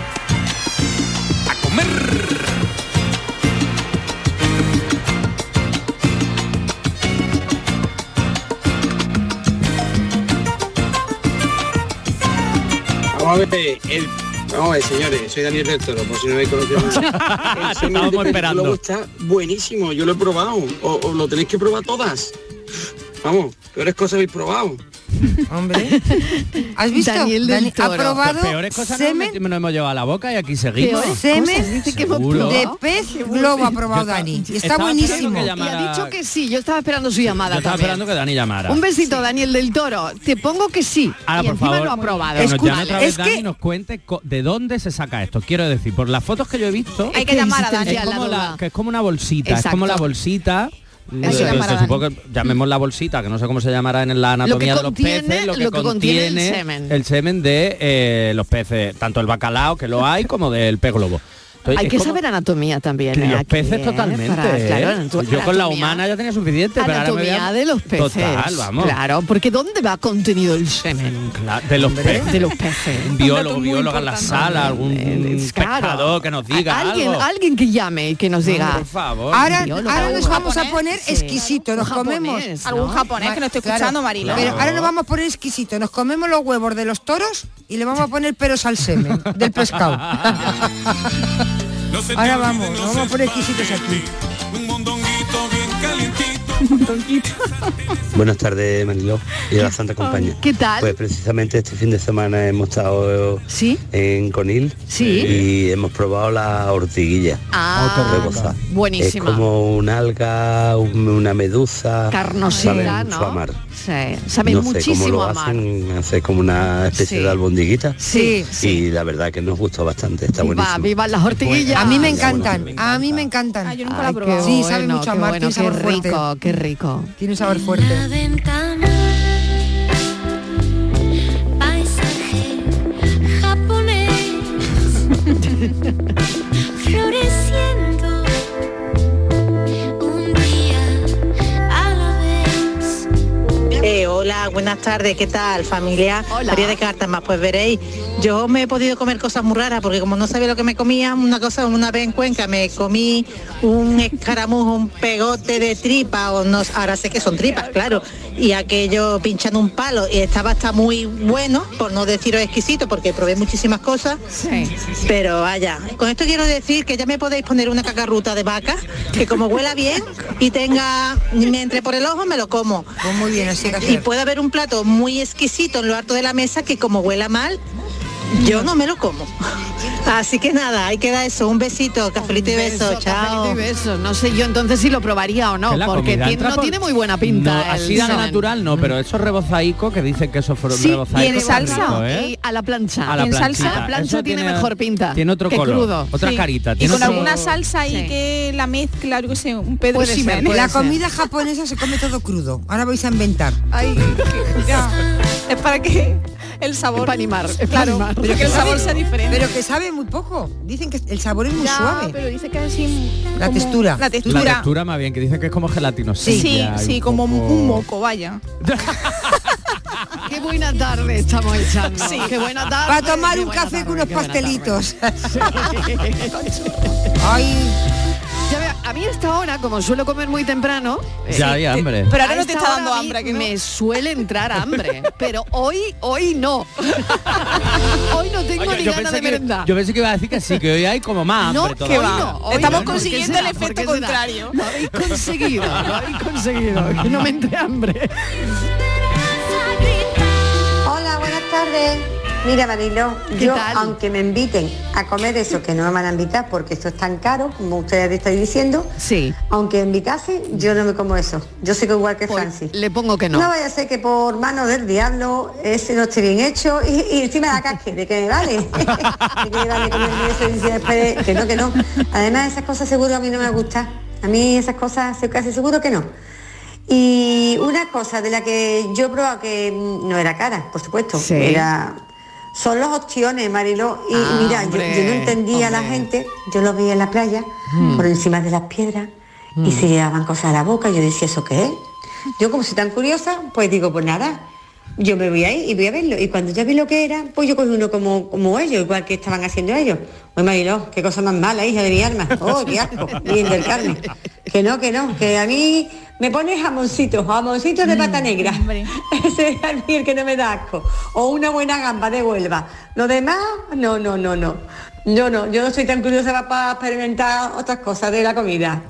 S11: A comer.
S8: Vamos a ver, el- vamos a ver, señores, soy Daniel del Toro, por si no me conocido. El semen
S2: Estábamos
S8: de pez
S2: esperando.
S8: globo está buenísimo, yo lo he probado, o, o lo tenéis que probar todas. Vamos, peores cosas habéis probado.
S3: Hombre. ¿Has visto?
S1: Daniel del
S3: Dani-
S1: Toro.
S3: Ha probado
S2: Peores cosas no
S3: semen,
S2: me- me lo hemos llevado a la boca y aquí seguimos.
S3: peores semen
S2: Seguro.
S3: de pez globo ha probado
S2: Yo ta-
S3: Dani. Y Está
S2: estaba
S3: buenísimo.
S2: esperando que
S1: Y ha
S2: llamara-
S1: dicho que sí, yo estaba esperando su
S2: Yo
S1: llamada
S2: estaba
S1: también.
S2: esperando que Dani llamara.
S1: Un besito, Daniel del Toro. Te pongo que sí.
S2: Ahora,
S1: y
S2: por
S1: encima
S2: favor,
S1: lo ha probado.
S2: que nos llame otra vez
S1: es
S2: Dani
S1: que
S2: y nos cuente co- de dónde se saca esto. Quiero decir, por las fotos que yo he visto,
S1: Hay que llamar a Dani,
S2: Es como,
S1: la
S2: la-
S1: duda.
S2: que es como una bolsita, es como la
S1: Exacto.
S2: bolsita.
S1: que
S2: eh,
S1: llamar a
S2: se
S1: Dani.
S2: supongo que llamemos la bolsita, que no sé cómo se llamará en la anatomía de los
S1: contiene-
S2: peces, lo que,
S1: lo que contiene
S2: contiene,
S1: el semen.
S2: el semen de eh, los peces, tanto el bacalao que lo hay como del pez globo. Entonces,
S1: hay
S2: es
S1: que
S2: como-
S1: saber anatomía también.
S2: y
S1: ¿eh?
S2: los
S1: Aquí,
S2: peces
S1: ¿eh?
S2: totalmente.
S1: Para-
S2: ¿eh?
S1: claro, anatu-
S2: Yo con la
S1: anatomía.
S2: humana ya tenía suficiente, pero ahora me voy
S1: Anatomía
S2: a-
S1: de los peces.
S2: Total, vamos.
S1: Claro, porque ¿dónde va contenido el semen?
S2: Claro, de los
S1: Hombre,
S2: peces.
S1: de los peces.
S2: Un biólogo, bióloga en la sala, algún pescador que nos diga
S1: Alguien,
S2: algo.
S1: alguien que llame y que nos
S2: Hombre,
S1: diga.
S2: por favor.
S3: Ahora,
S1: Biólogo,
S3: ahora nos
S1: algún
S3: vamos a
S1: japonés.
S3: poner exquisito, nos comemos.
S1: ¿no? Algún japonés
S3: Ma-
S1: que no esté
S3: claro.
S1: escuchando, Mariló.
S3: Pero
S1: Claro.
S3: ahora nos vamos a poner exquisito, nos comemos los huevos de los toros y le vamos a poner peros al semen del pescado. ahora vamos, nos vamos a poner exquisitos aquí.
S13: Buenas tardes, Manilo y a la Santa Compañía.
S1: ¿Qué tal?
S13: Pues precisamente este fin de semana hemos estado en Conil
S1: Sí.
S13: y hemos probado la hortiguilla
S1: Ah,
S13: rebozada.
S1: buenísima.
S13: Es como un alga, un- una medusa.
S1: Carnosita,
S13: sabe mucho
S1: ¿no?
S13: a mar.
S1: Sí, sabe
S13: no sé cómo
S1: muchísimo
S13: lo
S1: a mar.
S13: hacen, hace como una especie
S1: Sí.
S13: de albondiguita.
S1: Sí,
S13: Y la verdad que nos gustó bastante, está
S1: Viva,
S13: buenísimo.
S1: viva las hortiguillas.
S3: A mí me encantan, a mí me encantan. yo nunca
S1: la he probado.
S3: Sí, sabe
S1: bueno,
S3: mucho a
S1: qué
S3: mar,
S1: bueno,
S3: tiene sabor
S1: qué
S3: fuerte.
S1: rico, qué rico.
S3: Tiene sabor fuerte.
S5: Paisaje japonés floreciendo un día a la vez.
S14: Eh, hola, buenas tardes, ¿qué tal familia? María de Cártama, pues veréis, yo me he podido comer cosas muy raras porque como no sabía lo que me comía, una cosa, una vez en Cuenca me comí un escaramujo, un pegote de tripa, o no, ahora sé que son tripas, claro, y aquello pinchando un palo, y estaba hasta muy bueno, por no deciros exquisito, porque probé muchísimas cosas, pero vaya, con esto quiero decir que ya me podéis poner una cacarruta de vaca, que como huela bien y tenga, me entre por el ojo, me lo como.
S3: Muy bien, así que
S14: Y puede haber un plato muy exquisito en lo alto de la mesa que como huela mal, Yo no me lo como. Así que nada, ahí queda eso. Un besito, cafelito y beso. Chao.
S1: Cafelito y besos. No sé yo entonces si lo probaría o no,
S2: Que la
S1: porque
S2: comida
S1: tiene-
S2: entra
S1: no
S2: por-
S1: tiene muy buena pinta.
S2: No,
S1: el
S2: así de
S1: semen.
S2: natural no, pero esos rebozaico que dicen que esos fueron
S1: Sí,
S2: rebozaico.
S1: y en
S2: están
S1: salsa
S2: ricos, ¿eh?
S1: y a la plancha.
S2: A la
S1: Y en salsa,
S2: planchita.
S1: a la plancha
S2: Eso
S1: tiene,
S2: tiene-
S1: mejor pinta.
S2: tiene otro
S1: que
S2: color,
S1: crudo.
S2: otra carita,
S4: Y
S2: tiene
S4: con
S2: otro-
S4: alguna salsa ahí que la mezcla, yo que sé, un Pedro
S3: Puede ser,
S4: Ximénez.
S3: puede La ser. comida japonesa se come todo crudo. Ahora vais a inventar.
S4: Ay, que- ya. Es para que el sabor.
S1: para animar.
S4: claro. Pero que el sabor sea diferente.
S3: Pero que sabe muy poco. Dicen que el sabor es muy
S4: Ya,
S3: suave.
S4: Pero dice que así.
S3: La
S4: como-
S3: textura.
S4: La textura.
S2: La textura más bien, que dicen que es como gelatinosa.
S4: Sí, sí, como un moco, vaya.
S1: Qué buena tarde estamos echando.
S3: Sí.
S1: Qué buena tarde.
S3: Para tomar
S1: qué
S3: un
S1: buena
S3: café
S1: tarde,
S3: con unos
S1: qué buena tarde.
S3: pastelitos.
S1: Ay. Ya ve, a mí a esta hora, como suelo comer muy temprano...
S2: Ya hay
S1: te-
S2: hambre.
S4: Pero ahora
S1: a
S4: no te
S1: esta
S4: está
S1: hora
S4: dando
S1: a mí
S4: hambre, ¿que no?
S1: Me suele entrar hambre, pero hoy, hoy no. hoy no tengo
S2: Oye,
S1: ni
S2: yo,
S1: ganas
S2: pensé
S1: de
S2: que,
S1: merendar.
S2: yo pensé que iba a decir que sí, que hoy hay como más
S1: No,
S2: hambre
S1: que
S2: todavía.
S1: va, no, hoy
S4: Estamos
S1: no, ¿por qué
S4: consiguiendo
S1: será?
S4: el
S1: ¿Por qué
S4: efecto
S1: será?
S4: contrario.
S1: Lo habéis conseguido, lo habéis conseguido. Que no me entre hambre.
S15: Hola, buenas tardes. Mira, Marilo,
S1: ¿Qué
S15: yo
S1: tal?
S15: aunque me inviten a comer eso, que no me van a invitar porque esto es tan caro, como ustedes estáis diciendo,
S1: sí.
S15: aunque me invitasen, yo no me como eso. Yo soy igual que Francis.
S1: Le pongo que no.
S15: No vaya a ser que por mano del diablo ese no esté bien hecho y, y encima la casque, de que me vale. de que me vale comerme eso y decir después que no, que no. Además esas cosas seguro a mí no me gustan. A mí esas cosas se- casi seguro que no. Y una cosa de la que yo he probado que mm, no era cara, por supuesto,
S8: Sí.
S15: era son los opciones, Mariló. Y
S8: Ah,
S15: mira, yo, yo no
S8: hombre,
S15: entendía a la
S8: hombre.
S15: gente, yo los veía en la playa,
S8: Mm.
S15: por encima de las piedras, y
S8: Mm.
S15: se llevaban cosas a la boca, y yo decía, ¿eso qué es? Yo como soy tan curiosa, pues digo, pues nada, yo me voy ahí y voy a verlo. Y cuando ya vi lo que era, pues yo cogí uno como, como ellos, igual que estaban haciendo ellos. Oye, Mariló, qué cosa más mala, hija de mi alma. Oh, qué asco, bien del Carmen. Que no, que no, que a mí me pone jamoncito, jamoncito
S1: Mm,
S15: de pata negra. Ese es a mí el que no me da asco. O una buena gamba de Huelva. Lo demás, no, no, no, no. Yo no, yo no soy tan curiosa para experimentar otras cosas de la comida.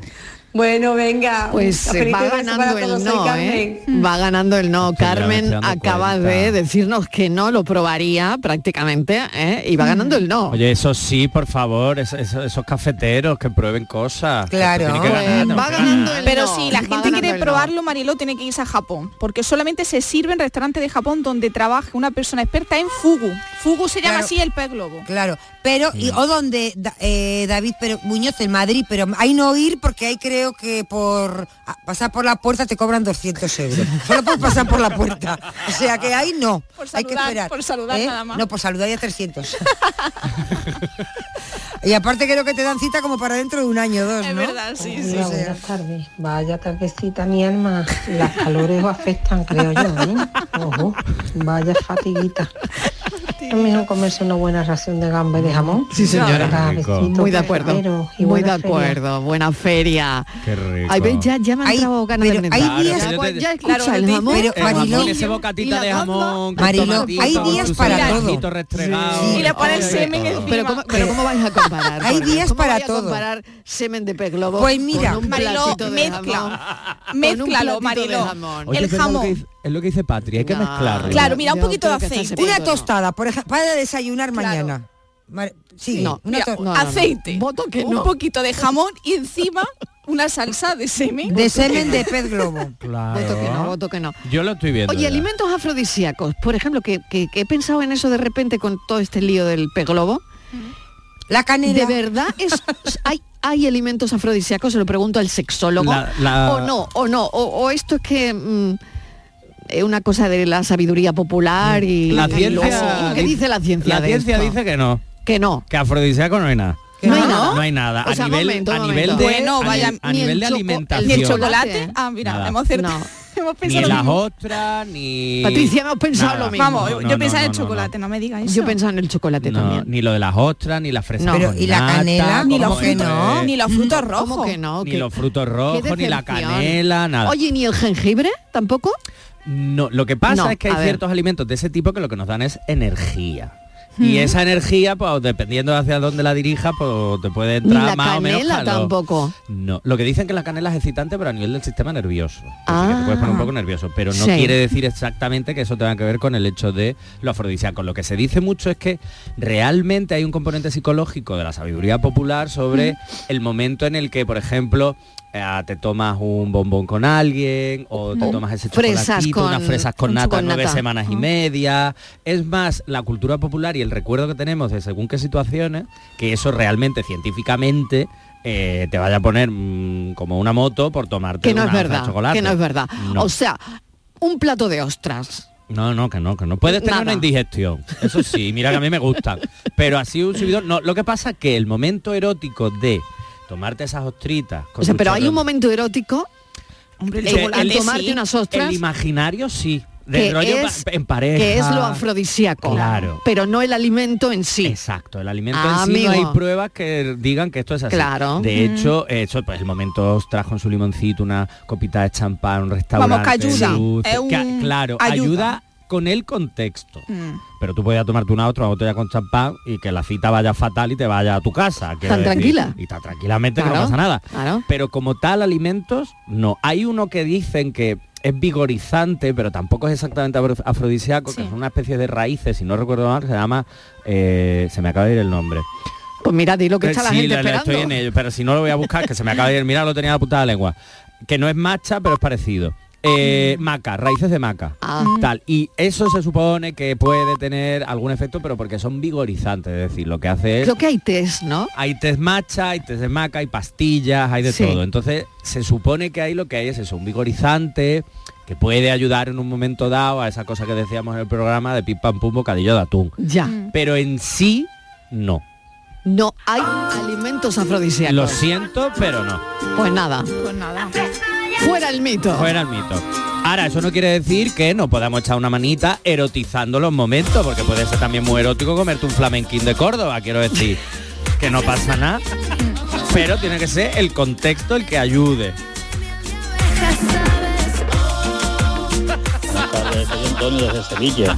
S15: Bueno,
S3: Ah,
S15: venga.
S1: Pues eh,
S15: cafelito
S1: va
S15: y beso
S1: ganando
S15: para todos.
S1: el
S15: Soy
S1: no,
S15: Carmen.
S1: ¿eh? Va ganando el no. Carmen
S2: dando
S1: acaba
S2: cuenta.
S1: de decirnos que no lo probaría prácticamente ¿eh?
S3: Mm.
S1: y va ganando el no.
S2: Oye, eso sí, por favor, es- eso- esos cafeteros que prueben cosas. que
S1: Claro.
S2: tienen que ganar, tenemos que ganar.
S4: Pero si la
S1: va
S4: gente
S1: ganando
S4: quiere
S1: el no.
S4: probarlo, Mariló tiene que irse a Japón, porque solamente se sirve en restaurantes de Japón donde trabaja una persona experta en fugu. Fugu se llama
S3: Claro.
S4: así el pez globo.
S3: Claro, pero y, o donde da- eh, David pero, Muñoz en Madrid, pero ahí no ir porque ahí creo que por a- pasar por la puerta te cobran 200 euros. Solo por pasar por la puerta. O sea que ahí no.
S4: Por
S3: hay que
S4: saludar,
S3: esperar. ¿eh?
S4: por saludar nada más.
S3: No, por saludar ya 300. y aparte creo que te dan cita como para dentro de un año o dos, ¿no?
S16: Hola, buenas tardes. Vaya tardecita, mi alma. Las calores os afectan, creo yo, ¿eh? Ojo, vaya fatiguita. Es mejor comerse una buena ración de gamba y de jamón.
S1: Sí, señora.
S16: Venga, besitos,
S1: Muy de acuerdo.
S16: cafelero y
S1: Muy de
S16: buena feria.
S1: acuerdo. Buena feria.
S2: Qué rico.
S1: Ay, ves, ya, ya me han
S3: Hay-
S1: entrado ganas de
S3: pero hay
S1: merendar.
S3: días-
S1: Ya, pues, ya
S3: Claro,
S1: escucha
S3: claro,
S1: el
S3: te-
S1: jamón.
S3: pero,
S1: el
S2: Con
S1: jamón.
S2: jamón, ese bocatita de jamón, con
S3: Mariló,
S2: tomatito,
S3: hay
S2: con
S3: días
S2: su
S3: para todo.
S2: salecito restregado.
S3: Sí. Y le pone el
S2: Ay,
S3: semen
S2: todo.
S1: Pero cómo, pero cómo vais a comparar?
S3: Hay
S1: Porque
S3: días
S1: ¿cómo
S3: para
S1: vais a
S3: todo.
S1: comparar semen de pez globo
S3: Pues mira,
S1: con un
S3: Mariló,
S1: platito de
S3: mezcla.
S1: jamón? Con un
S4: Mézcalo,
S1: platito de
S4: Mariló.
S1: jamón.
S2: Oye,
S4: El
S2: es verdad lo
S4: jamón.
S2: que dice- Es lo que dice Patria, hay que mezclarlo.
S4: Claro, mira, un poquito de aceite.
S3: Una tostada, por ejemplo, para desayunar
S4: Claro.
S3: mañana. Mar- Sí,
S4: No,
S3: una
S4: mira,
S3: to-
S4: aceite, un
S3: no.
S4: poquito de jamón y encima una salsa de semen.
S3: De semen de pez globo.
S1: Voto que no, voto que no.
S2: Yo lo estoy viendo.
S1: Oye,
S2: ya.
S1: alimentos afrodisíacos, por ejemplo, que, que- que he pensado en eso de repente con todo este lío del pez globo.
S3: La
S1: ¿De
S3: canela.
S1: verdad es, hay, hay alimentos afrodisíacos? Se lo pregunto al sexólogo.
S2: La- la-
S1: O no, o no, o, o esto es que... mm, es una cosa de la sabiduría popular y
S2: Mm. La
S1: y
S2: ciencia
S1: lo- ¿Qué dice la ciencia?
S2: La
S1: de
S2: ciencia
S1: esto?
S2: dice que no.
S1: Que no.
S2: Que afrodisíaco no hay nada.
S1: ¿No hay nada?
S2: No hay nada.
S1: O sea,
S2: a nivel,
S1: momento,
S2: a
S1: momento.
S2: nivel de,
S1: Bueno,
S2: a ni-
S1: vaya,
S2: a
S1: ni
S2: nivel
S1: el
S2: de
S1: choco-
S2: alimentación.
S4: Ni el chocolate. Ah, mira,
S2: Nada.
S4: hemos acertado. Hemos
S2: Ni
S4: pensado
S2: en
S4: lo
S2: las
S4: mismo.
S2: ostras, ni...
S1: Patricia, hemos pensado
S2: nada.
S1: lo mismo.
S4: Vamos, yo pensaba en el
S2: no, no,
S4: chocolate, no. me digas eso.
S1: Yo pensaba en el chocolate
S2: no.
S1: también.
S2: Ni lo de las ostras, ni las fresas
S1: No. Pero,
S2: con
S1: ¿y la
S2: nata,
S1: canela?
S2: ¿cómo
S1: Ni los
S2: que
S1: frutos-
S2: no?
S1: ni los frutos Mm, ¿Cómo rojos. que no?
S2: eh, Ni
S1: ¿Qué-
S2: los frutos rojos, ni la
S1: decepción.
S2: canela, nada.
S1: Oye, ni el jengibre tampoco.
S2: No, lo que pasa
S1: No,
S2: es que
S1: a
S2: hay
S1: ver.
S2: ciertos alimentos de ese tipo que lo que nos dan es energía. Y esa energía, pues dependiendo de hacia dónde la dirija, pues te puede
S1: Ni
S2: entrar
S1: la
S2: más o menos.
S1: canela
S2: calor.
S1: tampoco.
S2: No, lo que dicen que la canela es excitante, pero a nivel del sistema nervioso.
S1: Ah.
S2: Que te puedes poner un poco nervioso, pero no
S1: Sí.
S2: quiere decir exactamente que eso tenga que ver con el hecho de lo afrodisíaco. Lo que se dice mucho es que realmente hay un componente psicológico de la sabiduría popular sobre el momento en el que, por ejemplo, eh, te tomas un bombón con alguien o te
S1: O
S2: tomas ese
S1: fresas
S2: chocolatito,
S1: con-
S2: unas fresas con
S1: con
S2: nata
S1: chocolate.
S2: nueve semanas y
S1: Ah.
S2: media. Es más, la cultura popular y el recuerdo que tenemos de según qué situaciones, que eso realmente científicamente eh, te vaya a poner mm, como una moto por tomarte
S1: Que no
S2: una
S1: es
S2: onza de
S1: verdad,
S2: chocolate.
S1: que no es verdad.
S2: No.
S1: O sea, un plato de ostras.
S2: No, no, que no, que no. Puedes tener
S1: Nada.
S2: una indigestión. Eso sí, mira que a mí me gustan. Pero así un subidón. No, lo que pasa es que el momento erótico de tomarte esas ostritas. con
S1: O sea,
S2: tu
S1: pero hay
S2: chorro-
S1: un momento erótico
S2: Hombre,
S1: el chocolate tomarte unas ostras.
S2: El imaginario sí.
S1: que
S2: Del rollo pa-
S1: es-
S2: en pareja.
S1: que es lo afrodisíaco,
S2: Claro.
S1: pero no el alimento en sí.
S2: Exacto, el alimento
S1: Ah,
S2: en sí no
S1: amigo.
S2: hay pruebas que digan que esto es así.
S1: Claro.
S2: De
S1: Mm.
S2: hecho, eh, eso, pues el momento ostras con su limoncito, una copita de champán, un restaurante.
S4: Vamos, que ayuda.
S2: luz,
S4: Es
S2: que-
S4: un-
S2: claro,
S4: ayuda.
S2: ayuda. con el contexto.
S4: Mm.
S2: Pero tú podías tomarte una otra botella con champán y que la cita vaya fatal y te vaya a tu casa. quiero
S1: Tan
S2: decir.
S1: tranquila.
S2: Y tan tranquilamente que
S1: Claro,
S2: no pasa nada.
S1: claro.
S2: Pero como tal, alimentos, no. Hay uno que dicen que es vigorizante, pero tampoco es exactamente afro- afrodisíaco, que son una especie de raíces, si no recuerdo mal, se llama... eh, se me acaba de ir el nombre. Eh,
S1: Pues mira, di lo que está la
S2: Sí,
S1: gente
S2: lo- lo
S1: esperando.
S2: estoy en ello, pero si no lo voy a buscar, que se me acaba de ir. Mira, lo tenía en la punta de la lengua. Que no es macha, pero es parecido. Eh, maca, raíces de maca.
S1: Ah.
S2: Tal. Y eso se supone que puede tener algún efecto, pero porque son vigorizantes, es decir, lo que hace es
S1: Creo que hay test, ¿no?
S2: hay test matcha, hay test de maca, hay pastillas, hay de
S1: Sí.
S2: todo. Entonces, se supone que ahí lo que hay es eso, un vigorizante que puede ayudar en un momento dado a esa cosa que decíamos en el programa de pim pam pum bocadillo de atún.
S1: Ya.
S2: Pero en sí, no.
S1: No hay alimentos afrodisíacos.
S2: Lo siento, pero no.
S1: Pues nada. Fuera el mito.
S2: Fuera el mito. Ahora, eso no quiere decir que no podamos echar una manita erotizando los momentos, porque puede ser también muy erótico comerte un flamenquín de Córdoba, quiero decir. que no pasa nada. Pero tiene que ser el contexto el que ayude.
S17: Buenas tardes, soy Antonio desde Sevilla.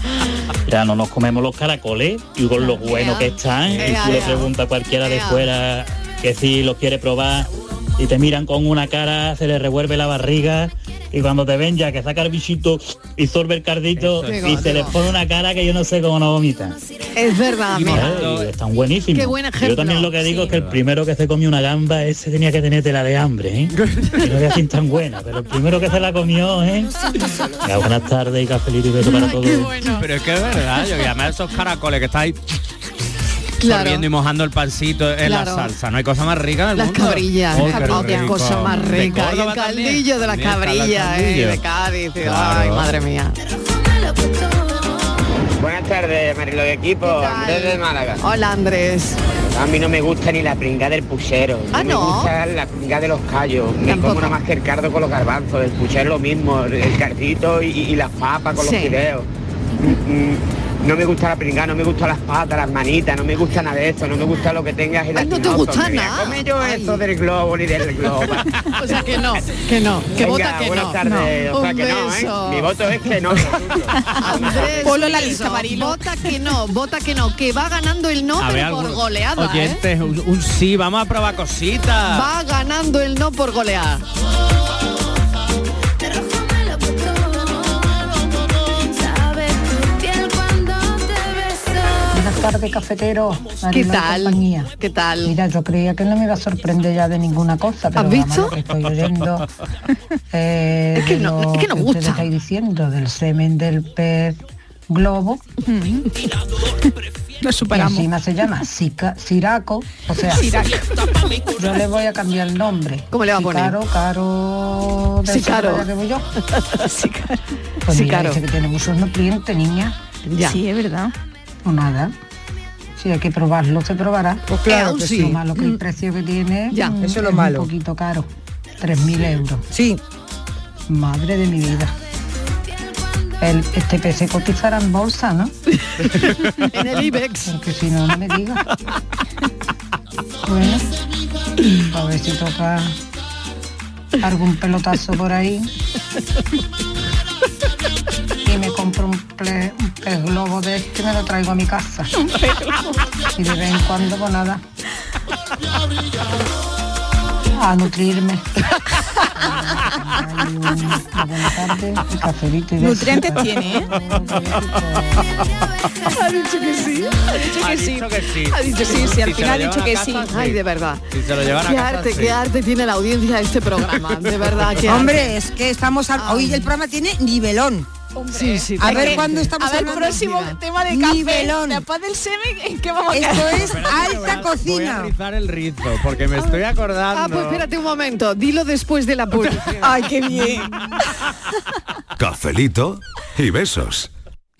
S17: Ya no nos comemos los caracoles y con lo bueno que están. Y tú le preguntas a cualquiera de fuera que si los quiere probar y te miran con una cara, se les revuelve la barriga y cuando te ven ya que saca el bichito y sorbe el cardito
S1: Eso es.
S17: y se les pone una cara que yo no sé cómo no vomitan.
S1: Es verdad, mira.
S17: Ay, están buenísimos.
S1: Qué buen ejemplo.
S17: Yo también lo que digo es que el primero que se comió una gamba, ese tenía que tener tela de hambre, ¿eh? Que no era así tan buena, pero el primero que se la comió, ¿eh? Ya, buenas tardes y cafelito y beso para todos.
S2: Pero es que es verdad, yo que además esos caracoles que estáis
S1: Claro.
S2: sorbiendo y mojando el pancito en
S1: Claro.
S2: la salsa. No hay cosa más rica en el
S1: Las
S2: mundo.
S1: cabrillas,
S2: Oh,
S1: las
S2: qué
S1: cabrillas,
S2: rico.
S1: cosa más
S2: De
S1: rica. Y el
S2: Córdoba también.
S1: caldillo de las
S2: También está el
S1: cabrillas, eh,
S2: caldillo.
S1: de Cádiz.
S2: Claro.
S1: Ay, madre mía.
S8: Buenas tardes, Marilo de equipo, Andrés de Málaga.
S1: Hola, Andrés.
S8: A mí no me gusta ni la pringa del puchero.
S1: Ah,
S8: me
S1: ¿no?
S8: gusta la pringa de los callos. Me como nada más que el cardo con los garbanzos. El puchero lo mismo, el- el cardito y, y las papas con
S1: Sí.
S8: los fideos. Mm, mm, No me gusta la pringa, no me gustan las patas, las manitas, no me gusta nada de eso, no me gusta lo que tengas en
S1: no te gusta nada.
S8: Come yo eso del globo ni del globo.
S1: O sea que no, que no,
S8: Venga,
S1: que vota que
S8: buenas
S1: no.
S8: tardes.
S1: No.
S8: O sea
S1: Un
S8: que no, ¿eh?
S1: beso.
S8: Mi voto es que no.
S1: Andrés,
S4: Ponlo en la
S1: beso.
S4: lista, Marilo.
S1: Vota que no, vota que no, que va ganando el no,
S2: A ver,
S1: pero por
S2: alguno-
S1: goleada. ¿eh?
S2: oyentes, un, un sí, vamos a probar cositas.
S1: Va ganando el no por goleada.
S18: Buenas tardes, cafetero.
S1: ¿Qué
S18: Marilo y
S1: tal?
S18: compañía.
S1: ¿Qué tal?
S18: Mira, yo creía que no me iba a sorprender ya de ninguna cosa, pero
S1: ¿Has
S18: vamos,
S1: visto?
S18: lo que estoy oyendo. eh,
S1: Es que
S18: de
S1: no-
S18: lo
S1: es que nos
S18: ustedes
S1: gusta.
S18: estáis diciendo del semen del pez globo. Lo
S4: superamos.
S18: Y encima se llama Sica- Siraco, o sea,
S4: Siraco.
S18: yo le voy a cambiar el nombre.
S1: ¿Cómo le va a poner?
S18: Sicaro, caro, del
S1: Sicaro.
S18: Sicaro que voy yo. Pues mira,
S1: Sicaro.
S18: dice que tiene muchos nutrientes, niña.
S1: Ya. Sí,
S18: es verdad. O nada. Si hay que probarlo, se probará. Pues
S15: claro que sí. Mm.
S18: Lo malo que el precio que tiene
S15: Ya,
S18: mm,
S15: eso es lo malo.
S18: un poquito caro. 3.000 euros. Sí. Madre de mi vida. El- este PC cotizará en bolsa, ¿no?
S1: en el IBEX.
S18: Porque si no, no me digas. Bueno, a ver si toca algún pelotazo por ahí.
S19: y me compro un, ple- un pez globo de este y me lo traigo a mi casa. y de vez en cuando, pues nada. A nutrirme. Ay, buenas tardes, y cafelito y besos.
S16: Nutrientes tiene, ¿eh? Ha dicho que sí. Ha dicho que sí. Ha dicho que sí, sí, al
S2: Si se
S16: final
S2: lo
S16: ha dicho que
S2: llevan a
S16: sí.
S2: casa,
S1: Ay, de verdad.
S2: Si se lo llevan
S1: Qué
S2: a casa,
S1: arte,
S2: sí.
S1: qué arte tiene la audiencia de este programa, de verdad. qué
S3: Hombre,
S1: arte.
S3: es que estamos... al- Hoy el programa tiene nivelón.
S1: Sí, sí,
S3: a
S1: totalmente.
S3: ver cuándo estamos
S1: A ver,
S3: hablando.
S1: próximo
S16: tema de café.
S3: Nivelón.
S16: Después del semen, ¿en qué vamos a
S3: Esto
S16: caer?
S3: es alta
S2: Voy a
S3: cocina.
S2: rizar el rizo porque me estoy acordando.
S1: Ah, pues espérate un momento, dilo después de la publicidad. Ay, qué bien.
S20: Cafelito y besos.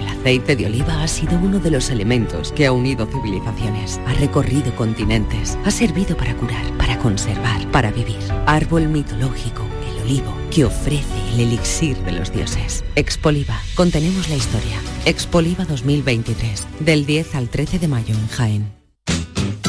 S18: el aceite de oliva ha sido uno de los elementos que ha unido civilizaciones, ha recorrido continentes, ha servido para curar, para conservar, para vivir. Árbol mitológico, el olivo, que ofrece el elixir de los dioses. Expoliva, contenemos la historia. Expoliva 2023, del 10 al 13 de mayo en Jaén.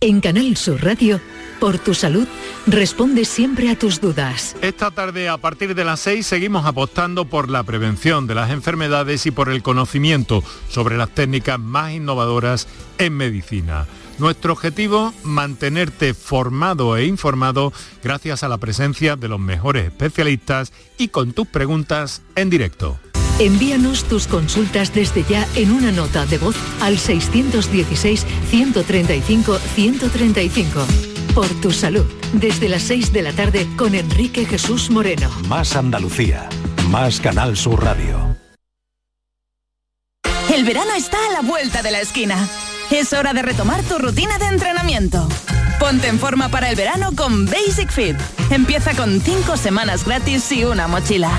S21: En Canal Sur Radio, por tu salud, responde siempre a tus dudas.
S22: Esta tarde a partir de las 6 seguimos apostando por la prevención de las enfermedades y por el conocimiento sobre las técnicas más innovadoras en medicina. Nuestro objetivo, mantenerte formado e informado gracias a la presencia de los mejores especialistas y con tus preguntas en directo.
S21: Envíanos tus consultas desde ya en una nota de voz al 616-135-135. Por tu salud, desde las 6 de la tarde con Enrique Jesús Moreno.
S23: Más Andalucía. Más Canal Sur Radio.
S4: El verano está a la vuelta de la esquina. Es hora de retomar tu rutina de entrenamiento. Ponte en forma para el verano con Basic Fit. Empieza con 5 semanas gratis y una mochila.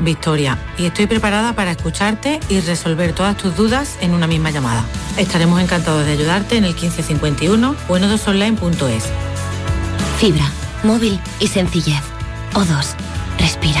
S24: Victoria, y estoy preparada para escucharte y resolver todas tus dudas en una misma llamada. Estaremos encantados de ayudarte en el 1551 o en odosonline.es.
S25: Fibra, móvil y sencillez. O2. Respira.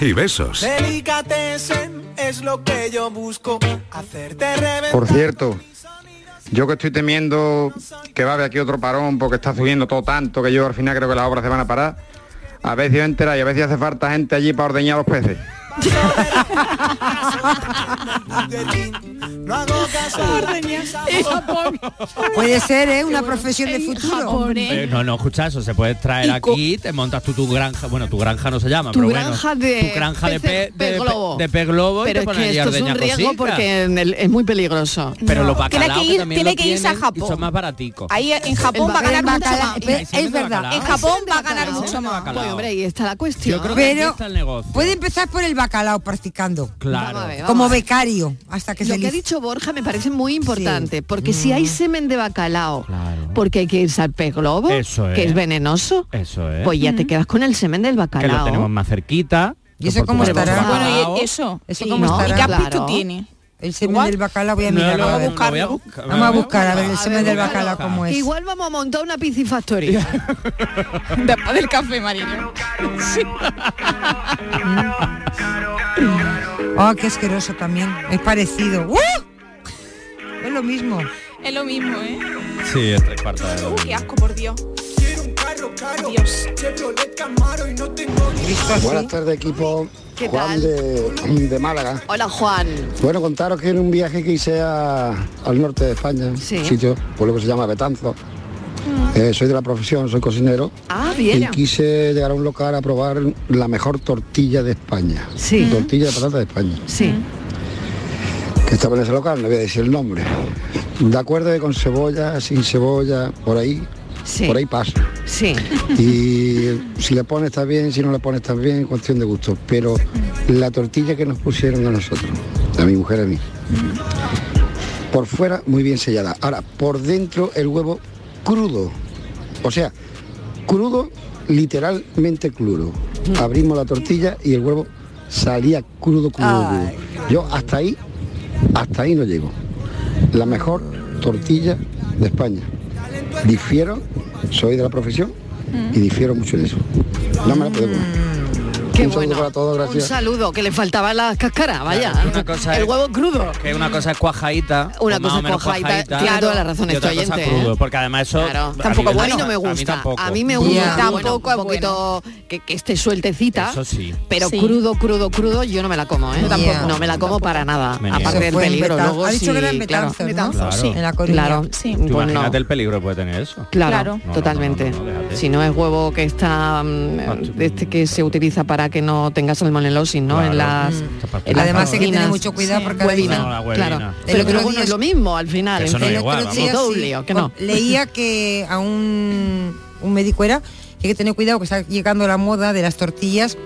S26: y besos.
S5: Delicatessen es lo que yo busco, hacerte reventar.
S27: Por cierto,
S23: Yo que estoy temiendo que va a haber aquí otro parón porque está subiendo todo tanto que yo al final creo que las obras se van a parar. A veces yo entera y a veces hace falta gente allí para ordeñar los peces.
S3: Puede ser, ¿eh? Una profesión de futuro.
S2: Eh, no, no, escucha eso, se puede traer
S3: Y co-
S2: aquí, te montas tú tu granja, bueno, tu granja no se llama,
S1: Tu
S2: pero
S1: granja
S2: bueno,
S1: de
S2: tu granja de
S1: peces-
S2: pe- de
S1: pez
S2: pe-
S1: globo.
S2: de pez globo y
S1: Pero
S2: te
S1: es
S2: pones
S1: que
S2: allí a
S1: esto es un
S2: ordeñar
S1: riesgo
S2: cositas.
S1: porque en el- es muy peligroso.
S2: Pero los bacalaos
S4: que
S2: que,
S4: ir-
S2: también
S4: tiene
S2: lo
S4: que irse a
S2: tienen y
S4: Japón.
S2: son más baraticos.
S4: Ahí en Japón
S1: El
S4: va a ganar
S1: bacalao-
S4: mucho más.
S1: el bacalao-
S4: Es verdad.
S2: bacalao.
S4: En Japón va a ganar mucho más.
S2: bacalao.
S1: Pues, hombre, y está la cuestión.
S2: Yo creo que aquí
S3: Pero
S2: está el negocio.
S3: puede empezar por el bacalao practicando.
S2: Claro.
S1: Vamos a ver, vamos a
S3: Como
S1: ver.
S3: becario, hasta que
S1: Lo
S3: se
S1: que ha
S3: lic-
S1: dicho Borja me parece muy importante, porque si hay semen de bacalao, porque hay que irse al pez globo,
S2: Eso
S1: que
S2: es.
S1: es venenoso,
S2: Eso es.
S1: pues ya te quedas con el semen del
S2: que lo
S1: bacalao.
S2: tenemos más cerquita.
S1: ¿Y eso cómo estará?
S4: Bueno, y eso.
S3: ¿Eso
S4: Sí,
S3: cómo
S4: ¿no?
S3: estará?
S4: ¿Y qué aspecto
S3: Claro.
S4: tiene?
S3: El semen del bacalao voy a mirar.
S2: lo-
S3: a ver.
S2: lo voy a buscar.
S3: Vamos a buscar a ver el semen del
S1: búscalo.
S3: bacalao cómo
S1: Que
S3: es.
S1: Igual vamos a montar una piscifactoría.
S4: Después del café, Marino. Sí.
S3: Oh, Mm. qué asqueroso también. Es parecido. ¡Uh! Es lo mismo.
S4: Es lo mismo, ¿eh?
S2: Sí, es tres cuartos de
S4: Uh, qué asco, por Dios. Dios.
S28: Buenas tardes equipo.
S1: ¿Qué
S28: Juan
S1: tal?
S28: De, de Málaga.
S1: Hola Juan.
S28: Bueno, contaros que en un viaje que hice a- al norte de España,
S1: Sí. Mm.
S28: un sitio, pueblo que se llama Betanzo. Eh, soy de la profesión, soy cocinero.
S1: Ah, bien.
S28: Y quise llegar a un local a probar la mejor tortilla de España.
S1: Sí.
S28: Tortilla de patata de España.
S1: Sí.
S28: Que estaba en ese local, no voy a decir el nombre. De acuerdo que con cebolla, sin cebolla, por ahí,
S1: Sí.
S28: por ahí paso.
S1: Sí.
S28: Y si le pones está bien, si no le pones está bien, cuestión de gusto. Pero la tortilla que nos pusieron a nosotros, a mi mujer y a mí, por fuera muy bien sellada. Ahora, por dentro el huevo crudo. O sea, crudo, literalmente crudo. Abrimos la tortilla y el huevo salía crudo, crudo, crudo. Yo hasta ahí, hasta ahí no llego. La mejor tortilla de España. Difiero, soy de la profesión y difiero mucho en eso. No me la puedo comer.
S1: Mm. Qué
S28: Un saludo
S1: bueno.
S28: para todos,
S1: Un
S28: gracias.
S1: saludo, que le faltaba la cáscara, vaya.
S2: Claro, una cosa
S1: el
S2: es-
S1: huevo crudo.
S2: Que una cosa es cuajaita.
S1: Una
S2: o más
S1: cosa
S2: o
S1: es
S2: menos
S1: cuajaita, tiene toda la razón
S2: y
S1: esto,
S2: otra cosa
S1: oyente,
S2: crudo,
S1: ¿eh?
S2: porque además eso...
S1: Claro.
S2: a
S1: Tampoco
S2: mí
S1: a mí no me
S2: a mí
S1: gusta.
S2: tampoco.
S1: A mí me gusta bueno, un poquito que, que esté sueltecita.
S2: Eso sí.
S1: Pero
S2: Sí.
S1: crudo, crudo, crudo, yo no me la como, ¿eh?
S3: Yo tampoco.
S1: No me la como para nada.
S2: Me niego.
S1: aparte
S2: Eso
S1: del
S2: fue en
S1: peligro.
S2: Betanzos.
S1: Luego
S2: Ha dicho
S1: sí,
S2: que era en
S1: claro.
S2: Betanzos, ¿no? Betanzos, sí. En La Coruña.
S1: Claro,
S2: Tú
S1: pues no.
S2: imagínate el peligro que puede tener eso.
S1: Claro,
S2: No, no,
S1: totalmente.
S2: no, no, no, déjate.
S1: si no es huevo que está mm, de este que se utiliza para que no tenga salmonelosis, ¿no? en las en las
S3: Además hay que tener
S1: gallinas.
S3: mucho cuidado porque ahora
S1: Huevina,
S3: mismo- No, la huevina.
S1: claro.
S3: El
S1: Pero que
S3: otro
S1: luego
S3: día
S1: no es
S3: es-
S1: lo mismo al final.
S3: Que eso no es igual,
S1: O
S3: vamos.
S1: doble, ¿o que no?
S3: Leía que a un, un médico era que hay que tener cuidado que está llegando la moda de las tortillas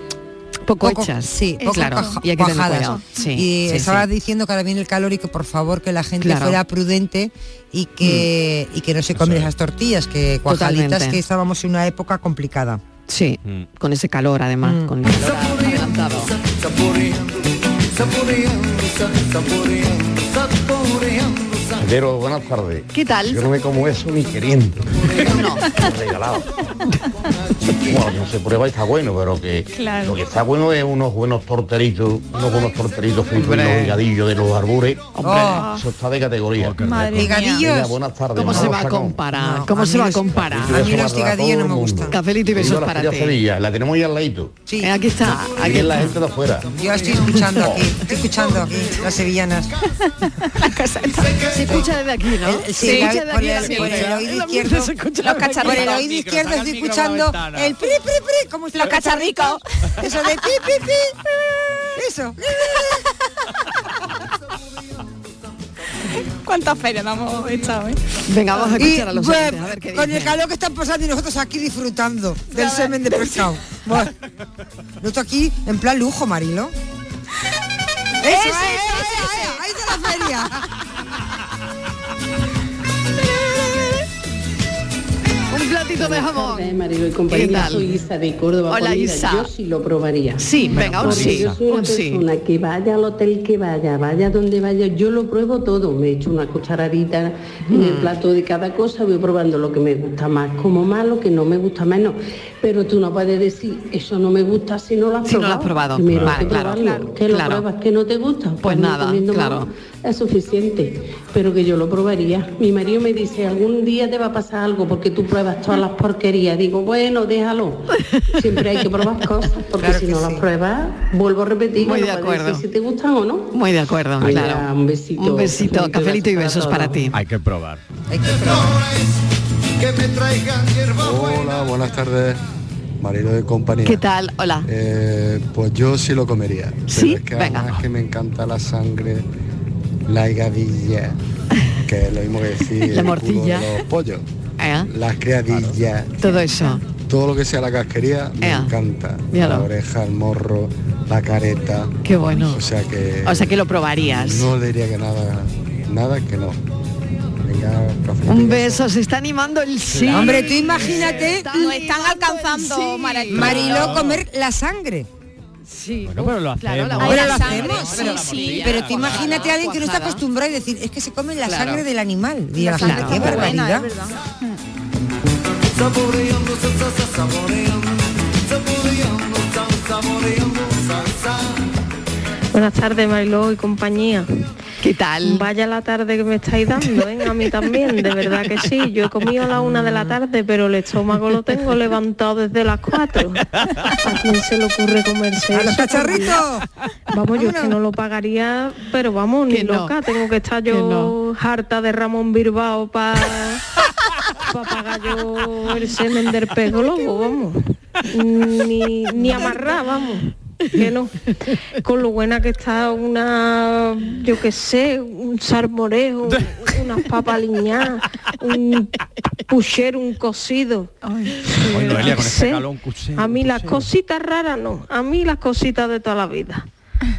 S1: poco, hechas.
S3: sí, poco
S1: Claro,
S3: cuaja-
S1: y hay que tener
S3: cuajadas.
S1: cuidado. Sí,
S3: y
S1: sí,
S3: estaba
S1: sí.
S3: diciendo que ahora viene el calor y que por favor que la gente
S1: Claro. Mm.
S3: fuera prudente y que y que no se comen esas tortillas que cuajaditas
S1: Totalmente.
S3: que estábamos en una época complicada. Mm.
S1: Sí, con ese calor además, con el calor adelantado.
S29: Pedro, buenas tardes.
S1: ¿Qué tal?
S29: Yo no me como eso ni queriendo. Regalado. Bueno, no se prueba y está bueno, pero que
S30: Claro.
S29: lo que está bueno es unos buenos torteritos, unos buenos torteritos fritos y los higadillos de los arbures.
S1: Hombre.
S29: Eso está de categoría.
S1: Ah. Madre mía. Higadillos.
S29: Venga, buenas tardes.
S1: ¿Cómo se va a comparar? ¿Cómo se va a comparar? Cafelito y besos para ti.
S29: Sevilla, la tenemos ahí al ladito.
S1: Eh, aquí está.
S29: Aquí es la gente de afuera.
S3: Yo estoy escuchando aquí, estoy escuchando aquí las sevillanas.
S1: Se escucha desde aquí, ¿no?
S3: El-
S1: Se
S3: sí,
S1: escucha desde
S3: por
S1: aquí la
S3: el- por el
S1: señal.
S3: oído
S1: La música
S3: izquierdo-
S1: se escucha
S3: los
S1: desde aquí.
S3: cacharricos. Por el oído
S1: Micro,
S3: izquierdo
S1: saca
S3: estoy
S1: el micro por la
S3: escuchando
S1: ventana.
S3: el pri pri pri como si
S4: Los cacharricos.
S3: Eso de pi pi pi. Eso.
S4: ¿Cuántas ferias nos hemos echado, eh?
S1: Venga, vamos a
S3: Y,
S1: escuchar a los
S3: bueno,
S1: oyentes, a ver qué
S3: Con el
S1: dicen.
S3: calor que están pasando y nosotros aquí disfrutando del semen de pescado. Bueno, nosotros aquí en plan lujo, Marilo. Eso,
S5: Ese,
S3: eh, eh, eh, ahí está la feria.
S1: Un platito de jamón.
S31: Marilo y compañía,
S1: ¿Qué tal?
S31: soy Isa de Córdoba.
S1: Hola,
S31: Florida.
S1: Isa.
S31: Yo sí lo probaría.
S1: Sí, venga, un
S31: Porque
S1: sí,
S31: Yo soy una
S1: un sí.
S31: persona que vaya al hotel que vaya, vaya donde vaya, yo lo pruebo todo. Me echo una cucharadita en el
S1: Mm.
S31: plato de cada cosa, voy probando lo que me gusta más como más, lo que no me gusta menos. Pero tú no puedes decir, eso no me gusta si no lo has
S1: Si no
S31: probado.
S1: lo has probado.
S31: Primero hay
S1: Vale,
S31: que
S1: claro,
S31: probarlo.
S1: claro,
S31: Que lo
S1: claro.
S31: pruebas, que no te gusta.
S1: Pues nada,
S31: comiendo
S1: claro.
S31: más Es suficiente, pero que yo lo probaría. Mi marido me dice, algún día te va a pasar algo porque tú pruebas todas las porquerías. Digo, bueno, déjalo. Siempre hay que probar cosas, porque
S1: Claro
S31: si
S1: que
S31: no las
S1: sí.
S31: pruebas, vuelvo a repetir, que
S1: Muy
S31: no
S1: de
S31: puedes
S1: acuerdo.
S31: decir si te gustan o no.
S1: Muy de acuerdo,
S31: Venga,
S1: claro.
S31: un besito.
S1: Un besito,
S31: Cafelito y
S1: cafelito y
S31: besos
S1: besos
S31: para
S1: para ti.
S2: Hay que probar.
S16: Que me traigan
S28: Hola, buenas tardes. Marino de compañía.
S1: ¿Qué tal? Hola.
S28: Eh, pues yo sí lo comería. pero
S1: ¿Sí?
S28: es que
S1: Venga.
S28: además que me encanta la sangre, la higadilla, que es lo mismo que decir
S1: La
S28: el culo
S1: morcilla.
S28: de los pollos,
S1: ¿Eh?
S28: las criadillas,
S1: Todo eso.
S28: todo lo que sea la casquería me
S1: Ea.
S28: encanta.
S1: Míralo.
S28: La oreja, el morro, la careta.
S1: Qué bueno.
S28: O sea que.
S1: O sea que lo probarías.
S28: No le diría que nada, nada que no. Venga, café.
S1: Un beso, se está animando el sí.
S3: Hombre, tú imagínate,
S4: Lo están alcanzando, Mariló.
S3: Mariló comer la sangre.
S1: Sí.
S2: Bueno, pero lo
S3: Claro,
S2: hacemos.
S3: la-
S2: Ahora
S3: pero lo
S2: sangre,
S3: hacemos,
S2: ahora
S3: pero,
S2: la morcilla,
S3: pero
S2: la
S3: tú imagínate a alguien que no está
S2: cuajada.
S3: acostumbrado y decir, es que se come la
S2: Claro.
S3: sangre del animal. Digo,
S2: La
S3: la sangre,
S2: sangre
S3: qué
S2: está buena,
S3: barbaridad.
S16: ¿eh?
S2: es verdad.
S16: Saboreando, sa, sa, sa, saboreando, saboreando, sa, saboreando, sa, sa.
S30: Buenas tardes, Mariló y compañía.
S1: ¿Qué tal?
S30: Vaya la tarde que me estáis dando, ¿eh? A mí también, de verdad que sí. Yo he comido a la una de la tarde, pero el estómago lo tengo levantado desde las cuatro. ¿A quién se le ocurre comerse
S3: ¡A los
S30: eso, por
S3: cacharritos!
S30: Dios? Vamos, yo es que no lo pagaría, pero vamos, ni
S3: Que no.
S30: loca. Tengo que estar
S3: Que
S30: yo harta de Ramón Birbao para pagar yo el semen del pez globo, vamos. Ni, ni amarrar, vamos. Que no. Con lo buena que está una, yo qué sé, un salmorejo, unas papas aliñadas, un puchero, un cocido.
S2: Hoy
S30: Yo qué
S2: Noelia con este
S30: sé.
S2: calor un cuchillo.
S30: A mí las cositas raras no, a mí las cositas de toda la vida.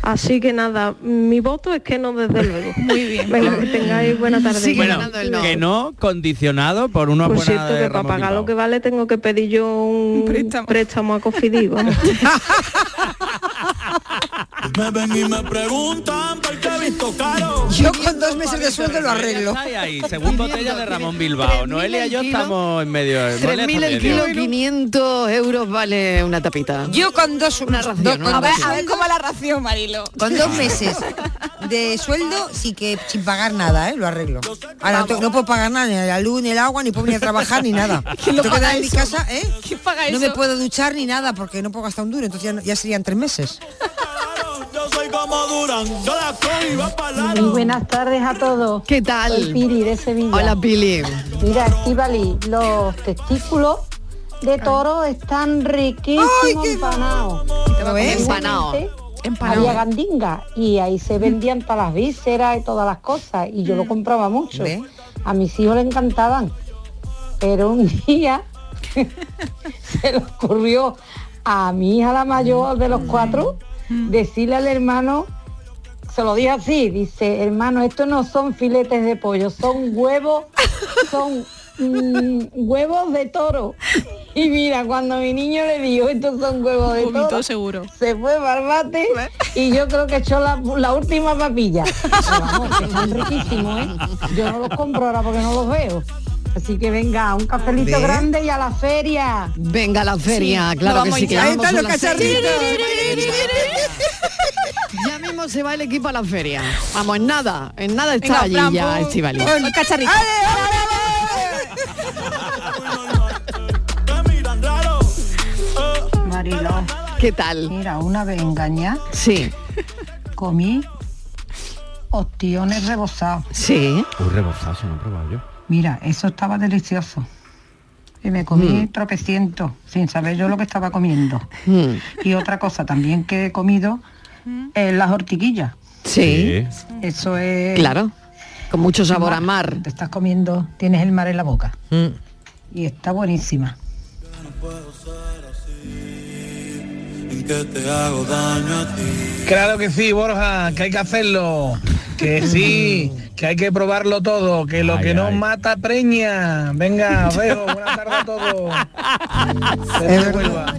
S30: Así que nada, mi voto es que no desde luego. Muy bien. Venga, que tengáis buena tarde.
S2: bueno, que no condicionado por una
S30: Por
S2: buena
S30: cierto,
S2: de
S30: que para
S2: Ramón
S30: pagar
S2: Bilbao.
S30: lo que vale tengo que pedir yo un préstamo, a Cofidis, vamos.
S16: Me ven y me preguntan por qué he visto caro.
S3: Yo con dos meses de sueldo lo arreglo.
S2: Está ahí, ahí, segunda botella de Ramón Bilbao. Noelia y yo estamos en medio. Noelia está
S1: 3.000 el
S2: medio.
S1: kilo, 500 euros vale una tapita.
S3: Yo con dos, una ración,
S1: una
S3: a, ver,
S1: ración.
S3: a ver cómo la ración, Marilo. Con dos meses de sueldo, sí que sin pagar nada, ¿eh? lo arreglo. Ahora no te- no puedo pagar nada, ni la luz, ni el agua, ni puedo venir a trabajar, ni nada.
S4: ¿Quién lo
S3: Tengo que
S4: paga
S3: dar en mi
S4: eso?
S3: casa, ¿eh? no me
S4: eso?
S3: puedo duchar ni nada porque no puedo gastar un duro, entonces ya, ya serían tres meses.
S16: Yo soy como Durán, yo la cojo y va para
S18: Buenas tardes a todos.
S1: ¿Qué tal?
S18: Soy Pili de Sevilla.
S1: Hola, Pili.
S18: Mira, Estivali, los testículos de toro están riquísimos empanados.
S1: ¿Lo ves? Empanado.
S4: ¿eh?
S1: Empanado.
S18: Había gandinga y ahí se vendían todas las vísceras y todas las cosas y yo lo compraba mucho. A mis hijos le encantaban. Pero un día se le ocurrió a mi hija la mayor de los cuatro decirle al hermano, se lo dije así, dice, hermano, estos no son filetes de pollo, son huevos, son mm, huevos de toro. Y mira, cuando mi niño le dijo, estos son huevos de
S4: Vomitó
S18: toro,
S4: seguro.
S18: se fue al bate y yo creo que echó la, la última papilla. Pero vamos, que están riquísimos, ¿eh? Yo no los compro ahora porque no los veo. Así que venga, un cafelito
S1: Ve.
S18: grande y a la feria.
S1: Venga a la feria, claro que sí. Que
S18: Ahí
S1: ya
S18: están
S1: vamos
S18: los
S1: a la feria.
S18: cacharritos.
S1: Ya mismo se va el equipo a la feria. Vamos, en nada, en nada está
S4: Venga,
S1: allí
S4: Fran,
S1: ya
S4: pon-
S1: Estivali.
S4: pon el cacharrito.
S18: Mariló.
S1: ¿Qué tal?
S18: Mira, una vez engañada.
S1: Sí.
S18: Comí ostiones rebozados.
S1: Sí.
S2: Un rebozazo, no he probado yo.
S18: Mira, eso estaba delicioso. Y me comí
S2: Mm.
S18: tropecientos, sin saber yo lo que estaba comiendo. Y otra cosa también que he comido es las hortiguillas.
S1: Sí.
S18: Eso es...
S1: Claro. Con mucho sabor a mar.
S18: Te estás comiendo, tienes el mar en la boca.
S3: Mm.
S18: Y está buenísima.
S16: Que te hago daño a ti.
S27: Claro que sí, Borja, que hay que hacerlo. Que sí, que hay que probarlo todo, que lo
S32: Ay,
S27: que no
S32: ay.
S27: mata preña. Venga, veo, buenas tardes a todos. Fede de Huelva.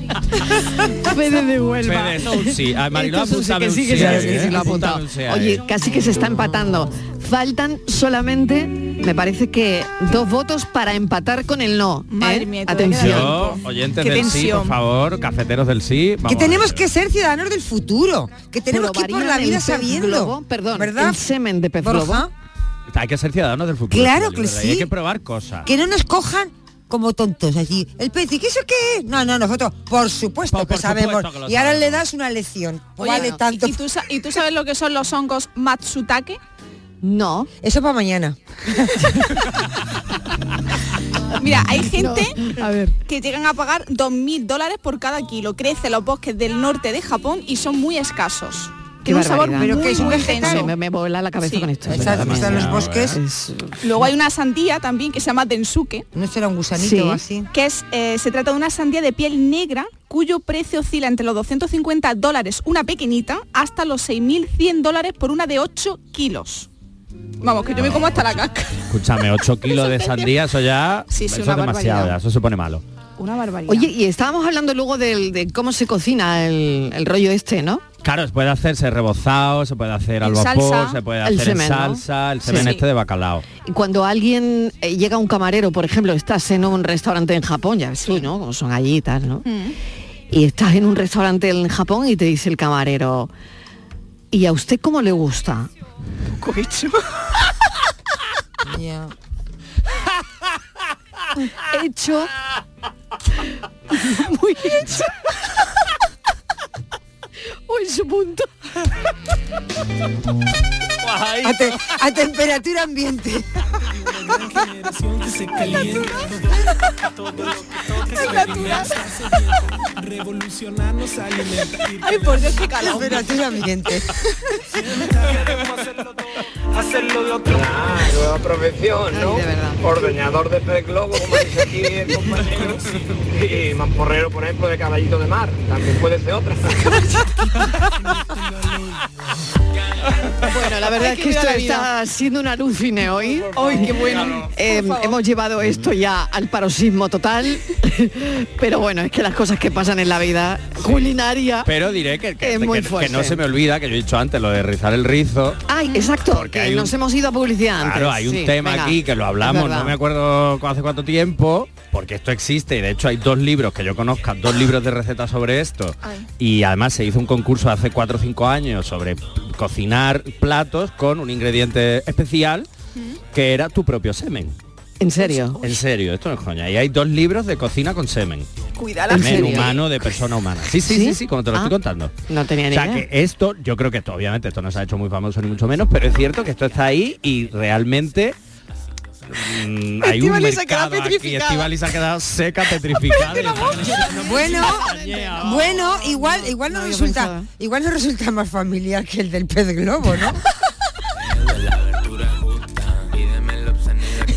S1: Fede de Huelva.
S2: Fede, no, un sí. Ah, Mariló
S1: Esto es un sí,
S2: apuntame
S1: que
S2: un
S1: sí, que
S2: sí
S1: sí,
S2: ahí,
S1: que sí,
S2: ¿eh?
S1: lo ha apuntado.
S2: Apuntame un sí ahí.
S1: Oye, casi que se está empatando. Faltan solamente Me parece que dos votos para empatar con el no. ¿eh? Atención.
S2: Yo, oyentes
S1: Qué
S2: del sí, por
S1: tensión.
S2: favor, cafeteros del sí, vamos
S3: que
S2: a
S3: tenemos que ser ciudadanos del futuro, que tenemos que ir por
S1: Probarían
S3: la
S1: el
S3: vida
S1: pez globo,
S3: sabiendo.
S1: perdón,
S3: ¿verdad?
S1: el semen de pez
S3: Borja,
S1: globo.
S2: Hay que ser ciudadanos del futuro.
S3: Claro
S2: señor
S3: que
S2: Libera, y Hay
S3: sí.
S2: que probar cosas.
S3: Que no nos cojan como tontos allí. El pez, ¿y qué eso qué es? No, no, nosotros, por supuesto que sabemos.
S4: supuesto que lo
S3: y ahora
S4: sabemos.
S3: le das una lección.
S4: Oye,
S3: Vale
S4: no,
S3: tanto.
S4: ¿y, tú, sa- y tú sabes lo que son los hongos matsutake?
S1: No.
S3: Eso para mañana.
S4: Mira, hay gente que llegan a pagar 2.000 dólares por cada kilo. Crece en los bosques del norte de Japón y son muy escasos.
S1: Qué
S4: Tiene un sabor
S1: barbaridad.
S4: muy, muy
S1: Se
S4: denso.
S1: me, me vuela la cabeza
S4: Sí.
S1: con esto.
S3: Está- está en los bosques.
S4: Luego hay una sandía también que se llama densuke.
S3: ¿No será un gusanito
S4: Sí.
S3: o así?
S4: Que es, eh, se trata de una sandía de piel negra cuyo precio oscila entre los 250 dólares una pequeñita hasta los 6.100 dólares por una de 8 kilos. Vamos, que yo me como hasta la casca.
S2: Escúchame, 8 kilos de sandía, eso ya
S4: Sí, sí,
S2: eso
S4: una
S2: es demasiado,
S4: barbaridad.
S2: ya, eso se pone malo.
S4: Una barbaridad.
S1: Oye, y estábamos hablando luego del- de cómo se cocina el, el rollo este, ¿no?
S2: Claro, se puede hacerse rebozado, se puede hacer al
S1: En
S2: vapor,
S1: salsa,
S2: se puede
S1: el
S2: hacer en
S1: semen, ¿no?
S2: salsa, el
S1: Sí.
S2: semen
S1: Sí.
S2: este de bacalao.
S1: Y Cuando alguien eh, llega un camarero, por ejemplo, estás en un restaurante en Japón, ya ves tú, ¿no? Como son allí y tal, ¿no?
S3: Mm.
S1: Y estás en un restaurante en Japón y te dice el camarero, ¿y a usted cómo le gusta?
S4: Cohecho.
S3: Ya.
S1: Hecho. Muy hecho. o en su punto.
S3: A, te- a temperatura ambiente.
S6: Revolucionarnos alimenta.
S4: Ay, por Dios, qué calor.
S3: Temperatura ambiente.
S6: Hacerlo de otro. nueva profesión, ¿no? Ordeñador de pez globo, como dice aquí el compañero. Y mamporrero, por ejemplo, de caballito de mar. También puede ser otra.
S1: Bueno, la verdad es que esto está siendo un alucine hoy.
S4: Ay, qué bueno.
S1: Eh, hemos llevado esto ya al paroxismo total, pero bueno, es que las cosas que pasan en la vida culinaria.
S2: Pero diré que, que-
S1: Es muy
S2: que- que
S1: fuerte.
S2: no se me olvida, que yo he dicho antes, lo de rizar el rizo.
S1: Ay, exacto, que
S2: hay un-
S1: nos hemos ido a publicidad antes.
S2: Claro, hay un
S1: Sí,
S2: tema
S1: venga.
S2: aquí que lo
S1: Es
S2: hablamos,
S1: verdad.
S2: no me acuerdo cu- hace cuánto tiempo, porque esto existe y de hecho hay dos libros que yo conozca, dos libros de recetas sobre esto. Y además se hizo un concurso hace 4 o 5 años sobre p- cocinar platos con un ingrediente especial que era tu propio semen.
S1: ¿En serio?
S2: En serio, esto no es coña. Y hay dos libros de cocina con semen.
S4: Cuida
S1: la
S2: Semen
S1: gente.
S2: humano de persona humana. Sí, sí, sí, sí, como te lo
S1: Ah.
S2: estoy contando.
S1: No tenía
S2: O
S1: ni
S2: sea
S1: idea.
S2: que esto, yo creo que esto, obviamente, esto no se ha hecho muy famoso ni mucho menos, pero es cierto que esto está ahí y realmente mm, hay un
S6: Estíbaliz se ha quedado
S2: mercado aquí.
S6: petrificada.
S2: Estivaliz ha quedado seca, petrificada.
S3: Bueno, bueno, igual, igual no, resulta, igual no resulta más familiar que el del pez globo, ¿no?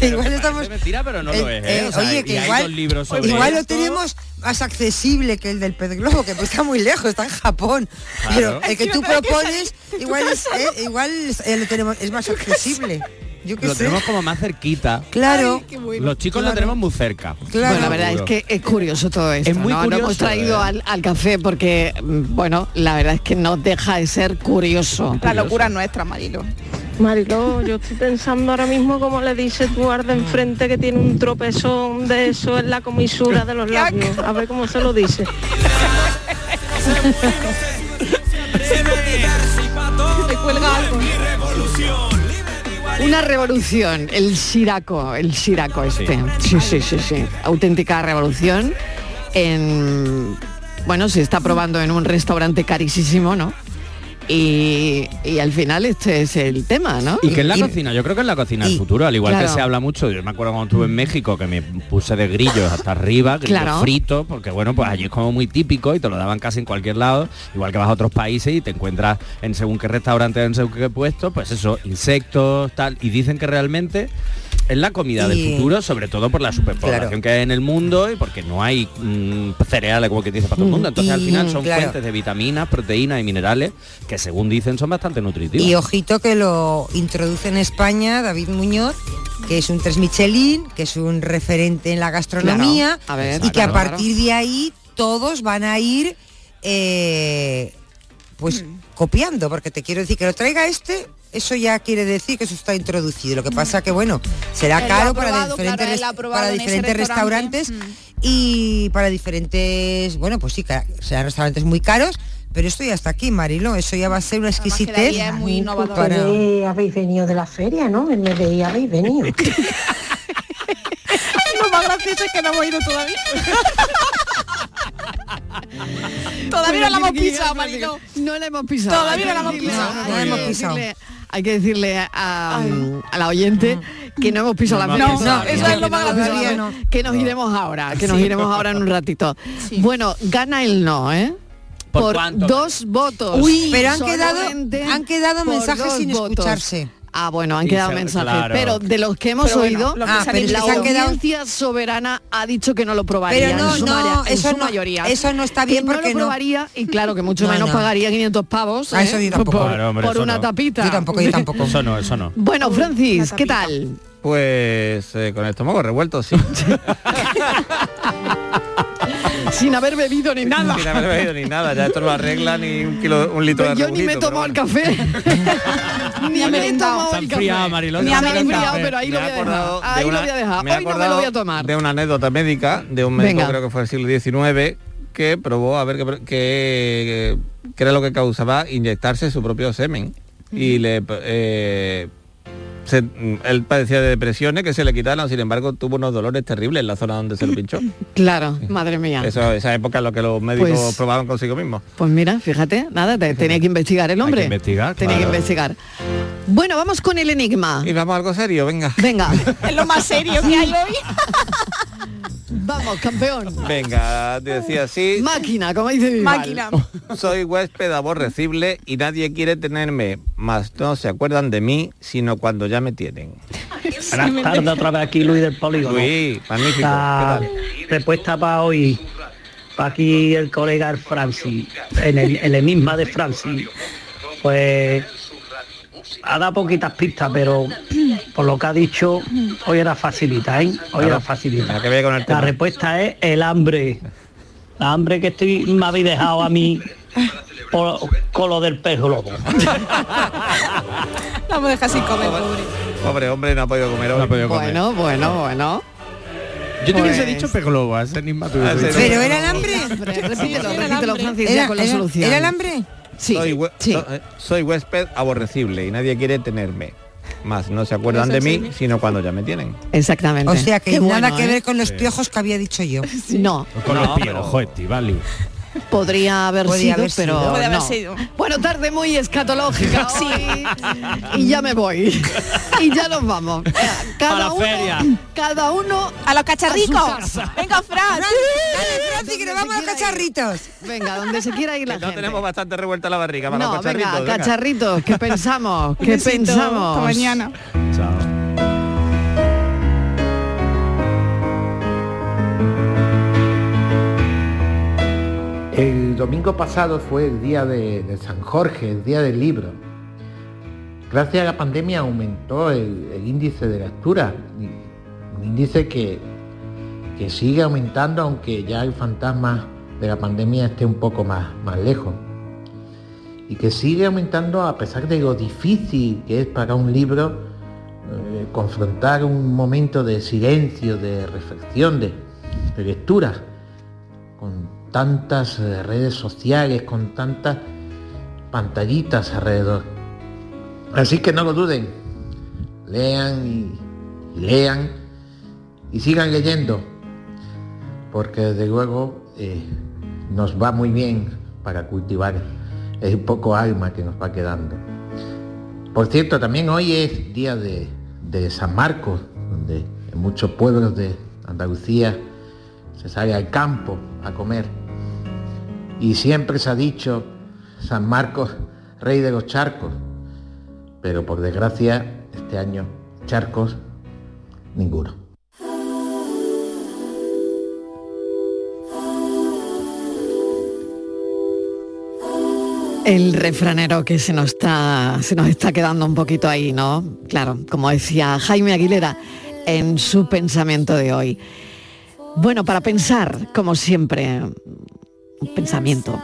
S3: igual estamos.
S2: mentira, pero no lo es, ¿eh?
S3: eh,
S2: O sea,
S3: oye,
S2: y
S3: que
S2: hay
S3: igual,
S2: dos libros sobre
S3: igual lo
S2: esto.
S3: tenemos más accesible que el del pez globo, que pues está muy lejos, está en Japón.
S2: Claro.
S3: Pero el que tú
S6: Encima tengo que
S3: propones,
S6: salir de tu
S3: igual es,
S6: casa.
S3: eh, igual es, eh, lo tenemos, es más accesible. Yo qué
S2: Lo
S3: sé.
S2: tenemos como más cerquita.
S3: Claro. Ay, qué bueno.
S2: Los chicos lo
S3: Claro.
S2: tenemos muy cerca.
S1: Bueno, la verdad es que es curioso todo esto.
S2: Es muy
S1: ¿no? Lo
S2: curioso,
S1: hemos traído
S2: ¿eh?
S1: al, al café porque, mm, bueno, la verdad es que no deja de ser curioso.
S4: La locura nuestra, Marilo.
S30: Mariló, yo estoy pensando ahora mismo como le dice tu arde enfrente que tiene un tropezón de eso en la comisura de los labios. A ver cómo se lo dice.
S4: Te cuelga algo.
S1: Una revolución, el Siraco, el Siraco este. Sí, sí, sí, sí. Auténtica revolución en bueno, se está probando en un restaurante carísimo, ¿no? Y, y al final este es el tema, ¿no?
S2: Y que en la cocina, yo creo que en la cocina del futuro, al igual
S1: claro.
S2: que se habla mucho, yo me acuerdo cuando estuve en México que me puse de grillos hasta arriba, grillos
S1: Claro.
S2: fritos, porque bueno, pues allí es como muy típico y te lo daban casi en cualquier lado, igual que vas a otros países y te encuentras en según qué restaurante, en según qué puesto, pues eso, insectos, tal, y dicen que realmente es la comida
S3: Y-
S2: del futuro, sobre todo por la superpoblación
S3: Claro.
S2: que hay en el mundo y porque no hay mm, cereales como que dice para todo el mundo, entonces al
S3: Y-
S2: final son
S3: claro.
S2: fuentes de vitaminas, proteínas y minerales que según dicen son bastante nutritivos.
S3: Y ojito que lo introduce en España David Muñoz, que es un tres Michelin, que es un referente en la gastronomía,
S1: Claro, a ver,
S3: y que a
S1: claro,
S3: partir de ahí todos van a ir
S16: Mm.
S3: eh, pues copiando, porque te quiero decir que lo traiga este eso ya quiere decir que eso está introducido. Lo que pasa que, bueno, será
S16: Él lo ha
S3: caro para
S16: probado,
S3: diferentes,
S16: claro, él lo ha
S3: rest-
S16: probado
S3: para
S16: en ese
S3: diferentes
S16: restaurante.
S3: restaurantes y para diferentes, bueno, pues sí, ca- serán restaurantes muy caros, pero esto ya está aquí, Marilo, eso ya va a ser una exquisitez. para-
S18: Ustedes Pues habéis venido de la feria, ¿no? En vez de habéis venido.
S16: Lo más gracioso es que no hemos ido todavía. Todavía no la hemos pisado, Mariló.
S1: No la hemos pisado.
S16: Todavía no la hemos
S1: Hay que
S16: pisado.
S1: decirle-
S16: No la
S1: hay
S16: hemos
S1: que
S16: pisado.
S1: decirle- Hay que decirle a,
S16: Ah.
S1: a la oyente que no hemos pisado la
S16: No,
S1: feria
S16: no,
S1: todavía.
S16: eso es lo más
S1: Todavía
S16: gracioso.
S1: no. Que nos iremos ahora, que nos
S22: Sí.
S1: iremos ahora en un ratito. Bueno, gana el no, ¿eh?
S22: ¿Por cuánto?
S1: dos votos.
S3: Uy, pero han
S1: Solamente
S3: quedado, han quedado
S1: por
S3: mensajes
S1: dos
S3: sin
S1: votos.
S3: escucharse.
S1: Ah, bueno, han
S3: Sí,
S1: quedado
S3: se-
S1: mensajes.
S3: claro.
S1: Pero de los que hemos
S3: Pero bueno,
S1: oído,
S3: los que Ah, se han pero es que
S1: la
S3: se han quedado-
S1: audiencia soberana ha dicho que no lo probaría.
S3: Pero no,
S1: en su
S3: no,
S1: mayoría- en
S3: eso
S1: su
S3: no-
S1: mayoría.
S3: eso no está bien
S1: Que
S3: porque
S1: no
S3: no.
S1: lo probaría y claro que mucho
S3: No,
S1: menos
S3: no.
S1: pagaría 500 pavos
S3: Ah, eso
S1: ¿eh?
S3: yo tampoco.
S1: por,
S22: Claro, hombre,
S1: por
S22: eso
S1: una
S22: no.
S1: tapita.
S22: Eso no, eso no.
S1: Bueno, Francis, ¿qué tal?
S27: Pues eh, con el estómago revuelto, sí.
S1: Sin haber bebido ni nada.
S27: Sin haber bebido ni nada, ya esto no lo arregla ni un, kilo, un litro
S1: Pues
S27: de
S1: yo ni me he
S27: rebujito,
S1: tomado el café. ni me he tomado el
S27: enfriado,
S1: café.
S27: Mariló,
S1: Ni
S27: se
S1: ha
S27: han
S1: enfriado,
S27: enfriado.
S1: pero ahí
S27: Me
S1: lo
S27: he
S1: voy a
S27: acordado
S1: dejar.
S27: de
S1: Ahí lo
S27: una-
S1: voy a dejar.
S27: me he
S1: Hoy no me lo voy a
S27: acordado
S1: tomar.
S27: de una anécdota médica de un médico
S1: Venga.
S27: creo que fue del siglo XIX que probó a ver qué qué- qué era lo que causaba inyectarse su propio semen y le eh, se- él padecía de depresiones que se le quitaron sin embargo tuvo unos dolores terribles en la zona donde se lo pinchó
S1: Claro, madre mía.
S27: Eso, esa época es lo que los médicos
S1: Pues-
S27: probaban consigo mismos
S1: Pues mira, fíjate, nada, te- tenía que investigar el hombre.
S27: investigar,
S1: tenía
S27: claro.
S1: que investigar. Bueno, vamos con el enigma.
S27: y vamos a algo serio venga
S1: Venga.
S16: Es lo más serio que hay hoy.
S1: vamos, campeón.
S27: venga te decía así
S1: Máquina, como dice mi
S27: Máquina. Soy huésped aborrecible y nadie quiere tenerme, mas no se acuerdan de mí sino cuando ya me tienen.
S7: Buenas tardes otra vez aquí Luis del Polígono.
S27: Luis, magnífico.
S7: La Ah, respuesta para hoy, para aquí el colega el Francis, en el, el enigma de Francis, pues ha dado poquitas pistas, pero por lo que ha dicho, hoy era facilita, ¿eh? Hoy
S27: Claro.
S7: era facilita.
S27: Nada que ver con el tema.
S7: La respuesta es el hambre. La hambre que estoy me habéis dejado a mí por- con lo del pez globo.
S16: No me deja sin comer, pobre.
S27: Pobre hombre, no ha podido comer hoy.
S1: Bueno, bueno, bueno.
S22: Yo te hubiese
S1: Pues-
S22: dicho peglobo, a ese enigma te
S27: Ah,
S22: hubiese dicho.
S3: Pero era el hambre.
S1: Repítelo, repítelo, Francis, ya
S3: Era-
S1: con la
S3: era-
S1: solución.
S3: ¿Era el hambre?
S27: Soy, hue- so- eh, soy huésped aborrecible y nadie quiere tenerme, mas no se acuerdan de mí sino cuando ya me tienen.
S1: Exactamente.
S3: O sea que
S1: Qué
S3: nada
S1: bueno,
S3: que
S1: ¿eh?
S3: ver con los
S27: Sí.
S3: piojos que había dicho yo.
S1: No,
S22: Con
S27: No,
S22: los
S27: pero-
S22: piojos, Estivali.
S1: podría haber
S3: Podía
S1: sido,
S3: haber sido.
S1: pero
S3: Podía haber
S1: no.
S3: sido.
S1: Bueno, tarde muy escatológica. sí. Y ya me voy. y ya nos vamos. Eh, Cada
S16: A la
S1: uno,
S16: feria.
S1: Cada uno
S16: A los cacharricos.
S1: a su casa.
S16: Venga, Fran.
S3: Fran, dale, Francis, que nos vamos a los cacharritos.
S1: Venga, donde se quiera ir la
S27: No
S1: gente.
S27: tenemos bastante revuelta la barriga para
S1: No,
S27: los cacharritos.
S1: venga,
S27: venga.
S1: cacharritos, ¿qué pensamos? ¿Qué
S16: Besito,
S1: pensamos?
S16: hasta mañana.
S33: El domingo pasado fue el día de, de San Jorge, el día del libro. Gracias a la pandemia aumentó el, el índice de lectura, y- un índice que, que sigue aumentando aunque ya el fantasma de la pandemia esté un poco más, más lejos. Y que sigue aumentando a pesar de lo difícil que es para un libro eh, confrontar un momento de silencio, de reflexión, de, de lectura con tantas eh, redes sociales, con tantas pantallitas alrededor. Así que no lo duden, lean y, y lean y sigan leyendo, porque desde luego eh, nos va muy bien para cultivar el poco alma que nos va quedando. Por cierto, también hoy es día de, de San Marcos, donde en muchos pueblos de Andalucía se sale al campo a comer. Y siempre se ha dicho San Marcos, rey de los charcos. Pero por desgracia, este año, charcos, ninguno.
S1: El refranero que se nos está se nos está quedando un poquito ahí, ¿no? Claro, como decía Jaime Aguilera en su pensamiento de hoy. Bueno, para pensar, como siempre, un pensamiento.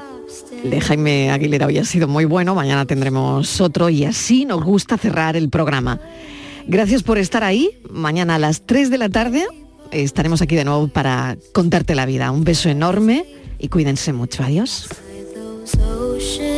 S1: El de Jaime Aguilera hoy ha sido muy bueno, mañana tendremos otro y así nos gusta cerrar el programa. Gracias por estar ahí, mañana a las 3 de la tarde estaremos aquí de nuevo para contarte la vida. Un beso enorme y cuídense mucho, adiós.
S34: ocean